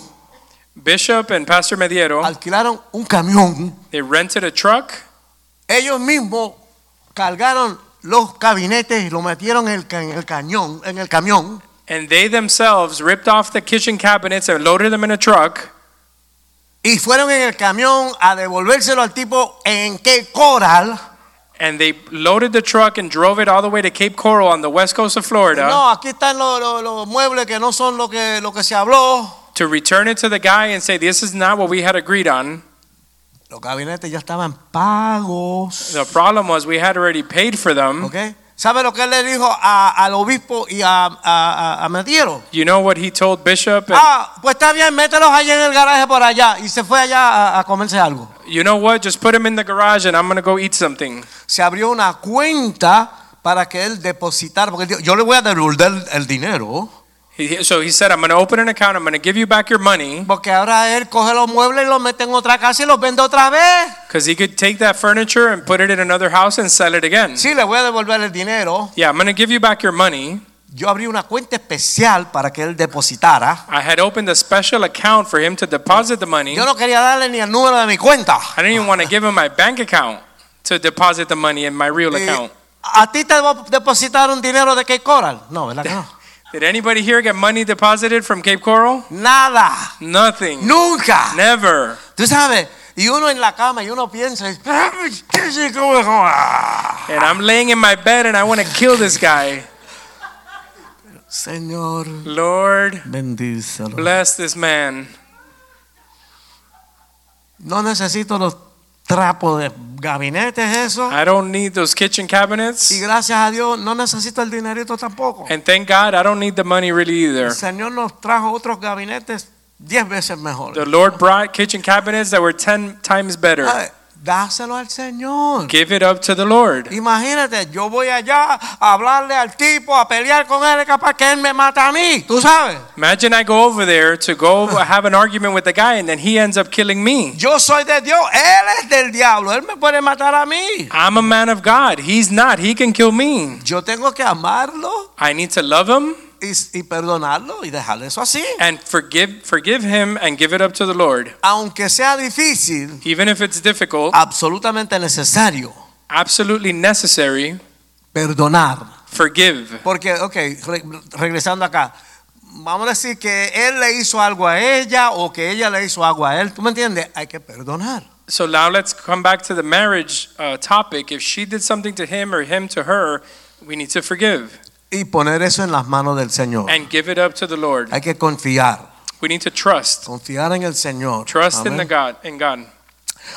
Bishop and Pastor Mediero, alquilaron un camión. they rented a truck. Ellos mismos cargaron los gabinetes y lo metieron en el, ca- en el cañón, en el camión. And they themselves ripped off the kitchen cabinets and loaded them in a truck. Y fueron en el camión a devolvérselo al tipo en Cape Coral. And they loaded the truck and drove it all the way to Cape Coral on the west coast of Florida No, aquí están los, los- los muebles que no son lo que, lo que se habló. to return it to the guy and say, This is not what we had agreed on. Los gabinetes ya estaban pagos. The problem was we had already paid for them. ¿Ok? ¿Sabe lo que él le dijo a- al obispo y a, a, a- a Metiero? You know what he told Bishop? And Ah, pues está bien, mételos allá en el garaje por allá. Y se fue allá a, a comerse algo. you know what? Just put him in the garage and I'm going to go eat something. Se abrió una cuenta para que él depositara. Porque él dijo, yo le voy a devolver el dinero. He, he- so he said, I'm going to open an account. I'm going to give you back your money Porque ahora él coge los muebles y los mete en otra casa y los vende otra vez. because he could take that furniture and put it in another house and sell it again. Sí, le voy a devolver el dinero. Yeah, I'm going to give you back your money. Yo abrí una cuenta especial para que él depositara. I had opened a special account for him to deposit the money. Yo no quería darle ni el número de mi cuenta. I didn't even want to give him my bank account to deposit the money in my real Eh, account. ¿A ti te depositaron dinero de Cape Coral? No, ¿verdad que no? Did anybody here get money deposited from Cape Coral? Nada. Nothing. Nunca. Never. Tú sabes, y uno en la cama y uno piensa, "Ay, ¿qué sé cómo es?" And I'm laying in my bed and I want to kill this guy. Señor, Lord, bendícelo. bless this man. No necesito los trapos de gabinetes, eso. I don't need those kitchen Y cabinets. gracias a Dios, no necesito el dinerito tampoco. And thank God I don't need the money really either. El Señor nos trajo otros gabinetes diez veces The mejores. Lord brought kitchen cabinets that were 10 times better. Ay, Dáselo al Señor. Give it up to the Lord. Imagínate, yo voy allá a hablarle al tipo, a pelear con él, es capaz que él me mata a mí, tú sabes. Imagine I go over there to go have an argument with the guy and then he ends up killing me. Yo soy de Dios, él es del diablo, él me puede matar a mí. I'm a man of God. He's not. He can kill me. Yo tengo que amarlo I need to love him y, y perdonarlo y dejarle eso así. and forgive forgive him and give it up to the Lord. Aunque sea difícil, Even if it's difficult, absolutamente necesario absolutely necessary, perdonar. forgive. Porque, ok, re- regresando acá, vamos a decir que él le hizo algo a ella o que ella le hizo algo a él, ¿tú me entiendes? Hay que perdonar. So now let's come back to the marriage uh, topic. If she did something to him or him to her, we need to forgive Y poner eso en las manos del Señor. and give it up to the Lord. Hay que confiar. We need to trust. Confiar en el Señor. Trust in Amén. the God in God.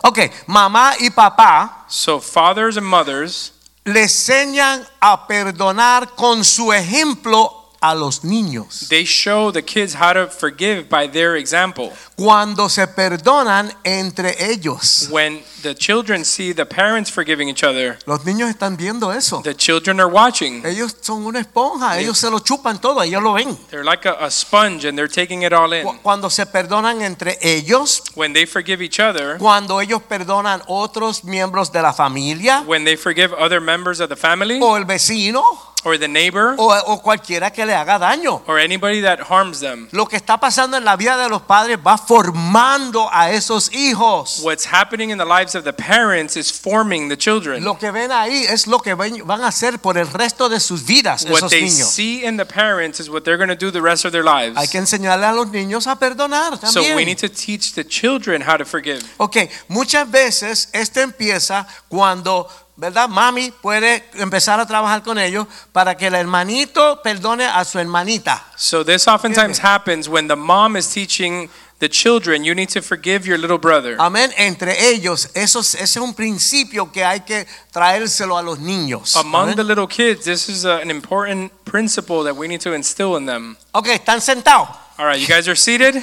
Ok, mamá y papá So fathers and mothers le enseñan a perdonar con su ejemplo a los niños. They show the kids how to forgive by their example. Cuando se perdonan entre ellos. When the children see the parents forgiving each other, Los niños están viendo eso. the children are watching. Ellos son una esponja, ellos se lo chupan todo, ellos lo ven. They're like a, a sponge and they're taking it all in. Cu- Cuando se perdonan entre ellos, When they forgive each other, cuando ellos perdonan otros miembros de la familia when they forgive other members of the family o el vecino or the neighbor o, o cualquiera que le haga daño. or anybody that harms them, Lo que está pasando en la vida de los padres va formando a esos hijos. what's happening in the lives of the parents is forming the children. Lo que ven ahí es lo que ven- van a hacer por el resto de sus vidas What esos they niños. see in the parents is what they're going to do the rest of their Hay lives. que enseñarle a los niños a perdonar So we también. need to teach the children how to forgive. Ok, muchas veces esto empieza cuando, ¿verdad? Mami puede empezar a trabajar con ellos para que el hermanito perdone a su hermanita. So this oftentimes happens when the mom is teaching the children, you need to forgive your little brother. Amén. Entre ellos, eso, es- ese es un principio que hay que traérselo a los niños. Among Amén. the little kids, this is a, an important principle that we need to instill in them. Ok, están sentados. All right, you guys are seated.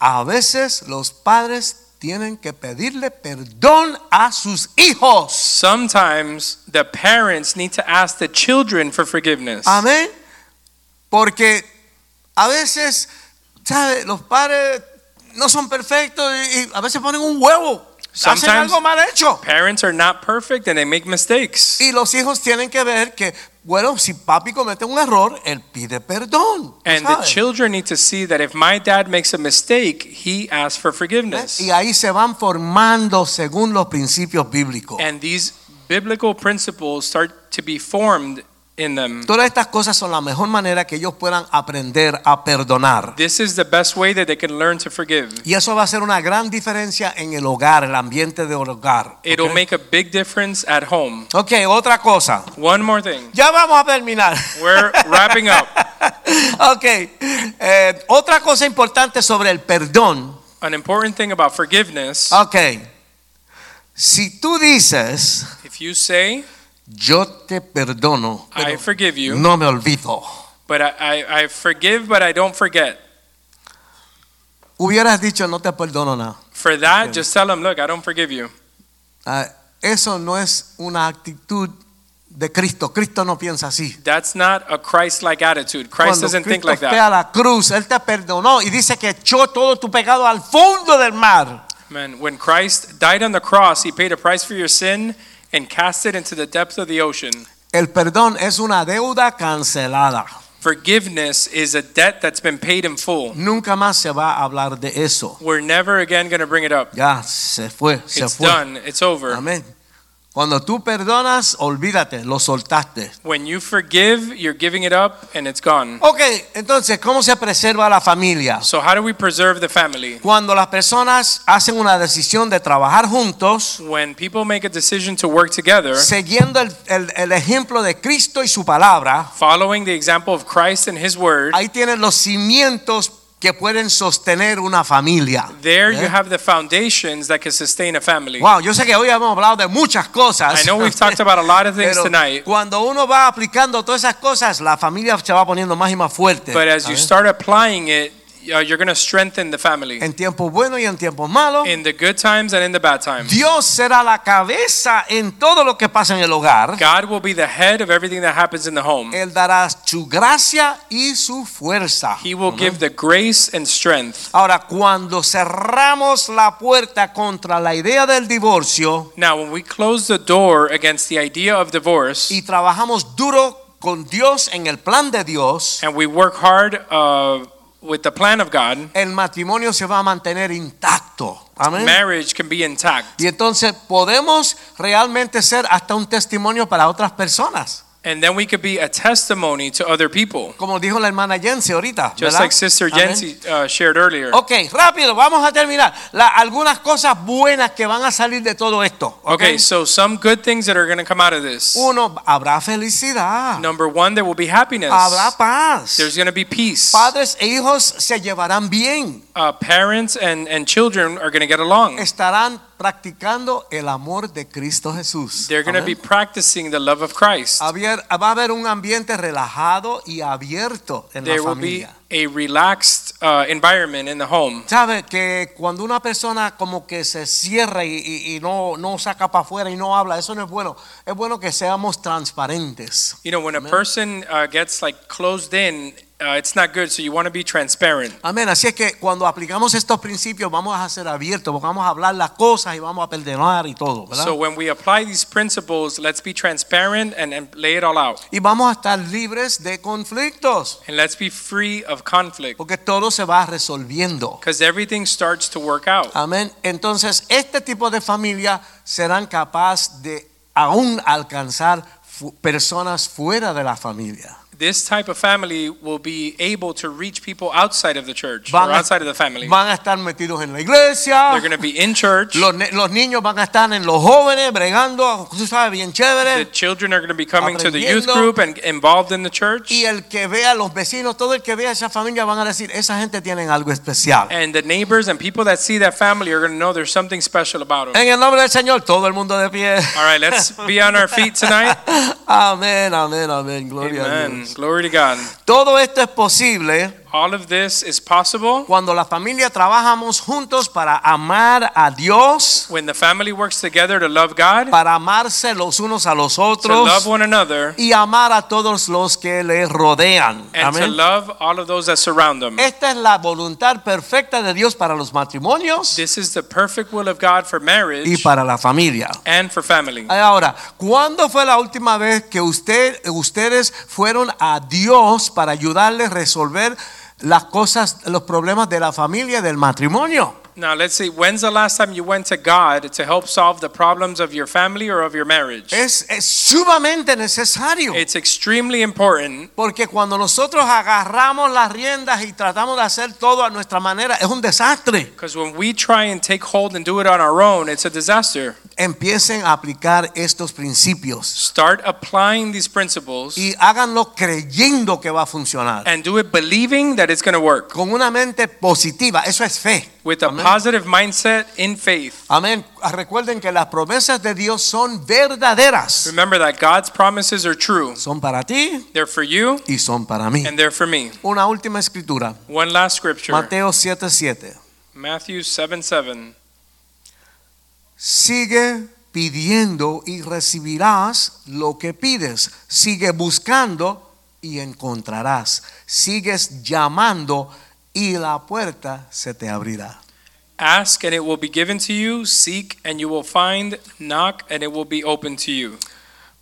A veces los padres tienen que pedirle perdón a sus hijos. Sometimes the parents need to ask the children for forgiveness. Amén. Porque a veces, ¿sabe? Los padres no son perfectos y, y a veces ponen un huevo. Hacen Sometimes- algo mal hecho. Parents are not perfect and they make mistakes. Y los hijos tienen que ver que, bueno, si papi comete un error, él pide perdón. And the ¿sabe? children need to see that if my dad makes a mistake, he asks for forgiveness. ¿Eh? Y ahí se van formando según los principios bíblicos. And these biblical principles start to be formed in them. Todas estas cosas son la mejor manera que ellos puedan aprender a perdonar. This is the best way that they can learn to forgive. Y eso va a hacer una gran diferencia en el hogar, el ambiente de hogar. It'll ¿ok? make a big difference at home. ok, otra cosa. One more thing. Ya vamos a terminar. We're wrapping up. ok, eh, otra cosa importante sobre el perdón. An important thing about forgiveness, Ok, si tú dices, if you say, yo te perdono, I pero forgive you, no me olvido, but I, I, I forgive, but I don't forget. hubieras dicho, no te perdono nada. For that, just tell them, look, I don't forgive you. Ah, eso no es una actitud de Cristo. Cristo no piensa así. That's not a Christ like attitude. Christ Cuando doesn't think Cristo like fue that. a la cruz, Él te perdonó y dice que echó todo tu pecado al fondo del mar. Man, when Christ died on the cross, he paid a price for your sin and cast it into the depth of the ocean. El perdón es una deuda cancelada. Forgiveness is a debt that's been paid in full. Nunca más se va a hablar de eso. We're never again going to bring it up. Ya se fue, se It's fue. done. It's over. Amén. Cuando tú perdonas, olvídate, lo soltaste. When you forgive, you're giving it up and it's gone. Ok, entonces, ¿cómo se preserva la familia? So how do we preserve the family? Cuando las personas hacen una decisión de trabajar juntos, When people make a decision to work together, siguiendo el, el- el ejemplo de Cristo y su palabra, following the example of Christ and his word, ahí tienen los cimientos que pueden sostener una familia. there you ¿Eh? have the foundations that can sustain a family. Wow, yo sé que hoy hemos hablado de muchas cosas. I know we've talked about a lot of things pero tonight. Cuando uno va aplicando todas esas cosas, la familia se va poniendo más y más fuerte. But as you ¿sabes? start applying it, uh, you're going to strengthen the family en tiempos buenos y en tiempos malos, in the good times and in the bad times. Dios será la cabeza en todo lo que pasa en el hogar. God will be the head of everything that happens in the home. Él dará su gracia y su fuerza. He will give the grace and strength. Ahora, cuando cerramos la puerta contra la idea del divorcio Now, when we close the door against the idea of divorce y trabajamos duro con Dios en el plan de Dios, and we work hard uh, with the plan of God, el matrimonio se va a mantener intacto. Amén. marriage can be intact. Y entonces podemos realmente ser hasta un testimonio para otras personas, And then we could be a testimony to other people, como dijo la hermana Jensi ahorita. just ¿verdad? like Sister Amén. Jency uh, shared earlier. Ok, rápido, vamos a terminar. La- algunas cosas buenas que van a salir de todo esto. ok. Okay, so some good things that are going to come out of this. Uno, habrá felicidad, Number one, there will be happiness. habrá paz. There's going to be peace. Padres e hijos se llevarán bien, Uh, parents and, and children are going to get along. estarán practicando el amor de Cristo Jesús. They're going to be Amén. practicing the love of Christ. Habier- va a haber un ambiente relajado y abierto en There la will be familia. a relaxed uh, environment in the home. Sabe que cuando una persona como que se cierra y, y- y no, no saca para afuera y no habla, eso no es bueno. Es bueno que seamos transparentes. You know, when a person uh, gets like closed in, uh, it's not good. So you want to be transparent. Amén. Así es que cuando aplicamos estos principios vamos a ser abiertos, porque vamos a hablar las cosas y vamos a perdonar y todo, ¿verdad? So when we apply these principles, let's be transparent and, and lay it all out, y vamos a estar libres de conflictos. and let's be free of conflict Porque todo se va resolviendo. because everything starts to work out. Amén. Entonces, este tipo de familia serán capaz de aún alcanzar fu- personas fuera de la familia. This type of family will be able to reach people outside of the church or Van a, outside of the family. van a estar metidos en la iglesia. They're going to be in church. Los, ne- los niños van a estar en los jóvenes bregando, tú sabes, bien The chévere. children are going to be coming to the youth Aprendiendo. group and involved in the church. Y el que vea, los vecinos, todo el que vea esa familia van a decir, esa gente tiene algo especial. And the neighbors and people that see that family are going to know there's something special about them. En el nombre del Señor, todo el mundo de pie. All right, let's be on our feet tonight. amén, amén, amén. Gloria a Amen. Dios. Glory to God. Todo esto es posible. All of this is possible Cuando la familia trabajamos juntos para amar a Dios, when the family works together to love God, para amarse los unos a los to love otros one another, y amar a todos los que le rodean. and to Amén. love all of those that surround them. Esta es la voluntad perfecta de Dios para los matrimonios This is the perfect will of God for y marriage para la familia. and for family. Ahora, ¿cuándo fue la última vez que usted, ustedes fueron a Dios para ayudarles a resolver las cosas, los problemas de la familia y del matrimonio? Now, let's see, when's the last time you went to God to help solve the problems of your family or of your marriage? Es, es sumamente necesario. It's extremely important Porque cuando nosotros agarramos las riendas y tratamos de hacer todo a nuestra manera, es un desastre. because when we try and take hold and do it on our own, it's a disaster. Empiecen a aplicar estos principios Start applying these principles y háganlo creyendo que va a funcionar. and do it believing that it's going to work Con una mente positiva, eso es fe. with a Amen. positive mindset in faith. Amén. Ah, Recuerden que las promesas de Dios son verdaderas. Remember that God's promises are true. Son para ti They're for you y son para mí. and they're for me. Una última escritura, One last scripture Mateo 7:7. Matthew 7 7. Sigue pidiendo y recibirás lo que pides. Sigue buscando y encontrarás. Sigues llamando y la puerta se te abrirá. Ask and it will be given to you, seek and you will find, knock and it will be open to you.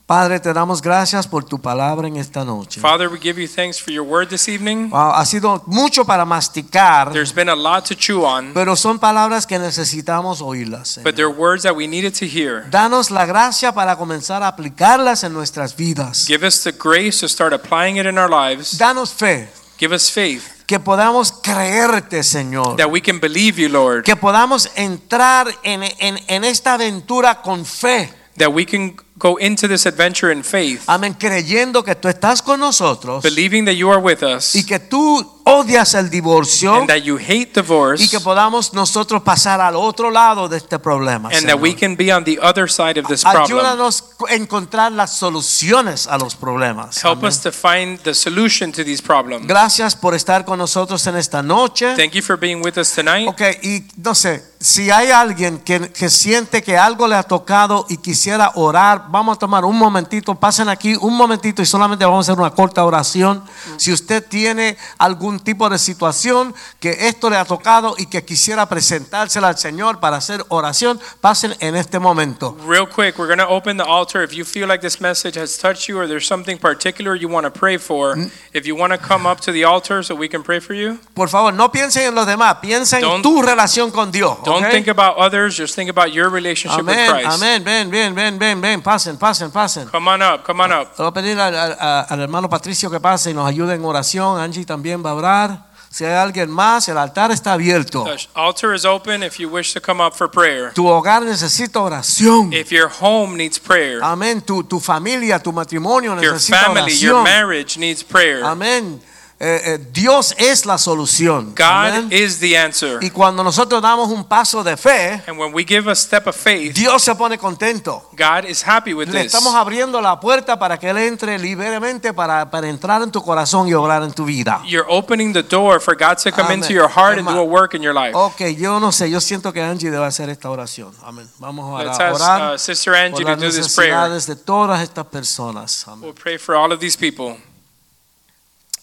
Padre, te damos gracias por tu palabra en esta noche. Father, we give you thanks for your word this evening. Wow, ha sido mucho para masticar, There's been a lot to chew on, pero son palabras que necesitamos oírlas. Señor. but there are words that we needed to hear. Danos la gracia para comenzar a aplicarlas en nuestras vidas. Give us the grace to start applying it in our lives. Danos fe, Give us faith que podamos creerte, Señor. that we can believe you, Lord, que podamos entrar en, en- en esta aventura con fe. that we can go into this adventure in faith, Amén, creyendo que tú estás con nosotros believing that you are with us y que tú odias el divorcio and that you hate y que divorce podamos nosotros pasar al otro lado de este problema. and Señor. that we can be on the other side of this problem. Ayúdanos a encontrar las soluciones a los problemas. Help Amén. us to find the solution to these problems. Gracias por estar con nosotros en esta noche. Thank you for being with us tonight. Ok, y no sé, si hay alguien que, que siente que algo le ha tocado y quisiera orar, vamos a tomar un momentito, pasen aquí un momentito y solamente vamos a hacer una corta oración. Si usted tiene algún tipo de situación que esto le ha tocado y que quisiera presentársela al Señor para hacer oración, pasen en este momento. Real quick, we're going to open the altar. If you feel like this message has touched you or there's something particular you want to pray for, Mm. if you want to come up to the altar so we can pray for you, Por favor, no piensen en los demás, piensen Don't- en tu relación con Dios. don't ¿ok? think about others, just think about your relationship with Amén, Christ. amén, ven, ven, ven, ven, ven, pasen, pasen, pasen. Come on up, come on up. Le voy a pedir al, al- a- al hermano Patricio que pase y nos ayude en oración. Angie también va a orar. Si hay alguien más, el altar está abierto. The altar is open if you wish to come up for prayer. Tu hogar necesita oración. If your home needs prayer, Amén. Tu, tu familia, tu matrimonio your necesita family, your oración. marriage needs prayer. Amén. Eh, eh, Dios es la solución. God Amén. is the answer. Y cuando nosotros damos un paso de fe, And when we give a step of faith, Dios se pone contento. God is happy with Le this. estamos abriendo la puerta para que Él entre libremente para, para entrar en tu corazón y obrar en tu vida. You're opening the door for God to come Amén. Oh, into your heart and do Emma. a work in your life. Ok, yo no sé, yo siento que Angie debe hacer esta oración. Amén. Vamos a Let's orar, ask orar uh, Sister Angie por to las do this prayer. necesidades de todas estas personas. Amén. We'll pray for all of these people.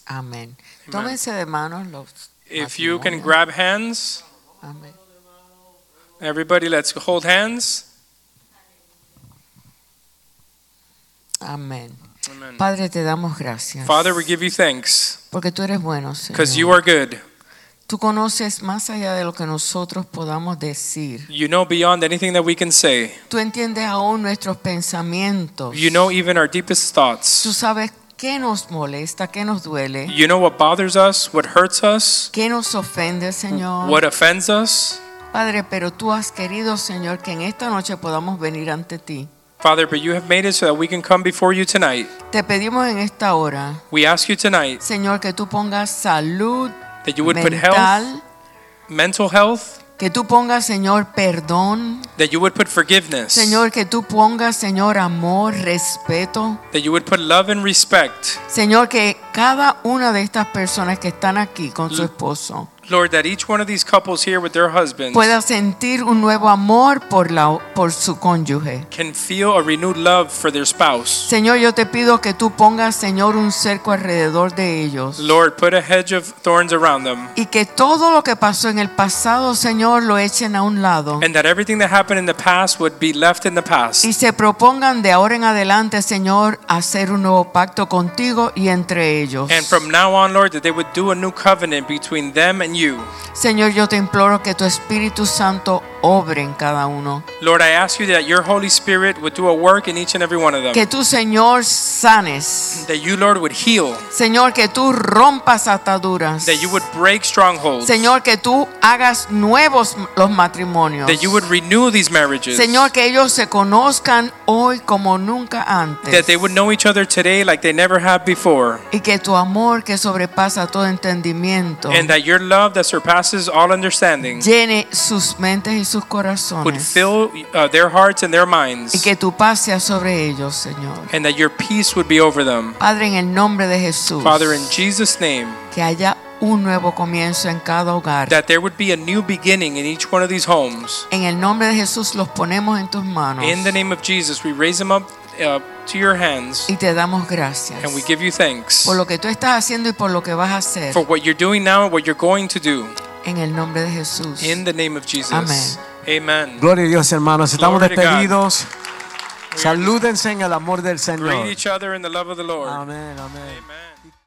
Amén. Tómense de manos los. Ah, If you can matrimonios. grab hands, Amén. everybody, let's hold hands. Amén. Amen. Padre, te damos gracias. Mm. Father, we give you thanks porque tú eres bueno, Señor. because you are good. tú conoces más allá de lo que nosotros podamos decir. You know beyond anything that we can say. Tú entiendes aún nuestros pensamientos. You know even our deepest tú thoughts. sabes qué nos molesta, qué nos duele, You know what bothers us, what hurts us, qué nos ofende, Señor. what offends us. Padre, pero tú has querido, Señor, que en esta noche podamos venir ante ti. Father, but you have made it so that we can come before you tonight. Te pedimos en esta hora, We ask you tonight Señor, que tú pongas salud that you would put mental. health, mental health, Que tú pongas, Señor, perdón. that you would put forgiveness, Señor, que tú pongas, Señor, amor, respeto. that you would put love and respect. Señor, que cada una de estas personas que están aquí con su esposo Lord, that each one of these couples here with their husbands pueda sentir un nuevo amor por, la, por su cónyuge. can feel a renewed love for their spouse. Señor, yo te pido que tú pongas, Señor, un cerco alrededor de ellos. Lord, put a hedge of thorns around them, Y que todo lo que pasó en el pasado, Señor, lo echen a un lado. and that everything that happened in the past would be left in the past. Y se propongan de ahora en adelante, Señor, hacer un nuevo pacto contigo y entre ellos. And from now on, Lord, that they would do a new covenant between them and and you. Señor, yo te imploro que tu Espíritu Santo obre en cada uno. Lord, I ask you that your Holy Spirit would do a work in each and every one of them. Que tú, Señor, sanes. That you, Lord, would heal. Señor, que tú rompas ataduras. That you would break strongholds. Señor, que tú hagas nuevos los matrimonios. That you would renew these marriages. Señor, que ellos se conozcan hoy como nunca antes. That they would know each other today like they never have before. Y que tu amor que sobrepasa todo entendimiento And that your love that surpasses all understanding llene sus mentes y sus would corazones. fill uh, their hearts and their minds. Y que tu paz sea sobre ellos, Señor. And that your peace would be over them. Padre, en el nombre de Jesús, Father, in Jesus' name, que haya un nuevo comienzo en cada hogar. that there would be a new beginning in each one of these homes. En el nombre de Jesús los ponemos en tus manos In the name of Jesus, we raise them up uh, to your hands y te damos gracias and we give you thanks por lo que tú estás haciendo y por lo que vas a hacer. for what you're doing now and what you're going to do. En el nombre de Jesús. In the name of Jesus. Amen. Gloria a Dios, hermanos. Estamos Glory to God. despedidos. Salúdense en el amor del Greet Señor. each other in the love of the Lord. Amén, amén. Amen.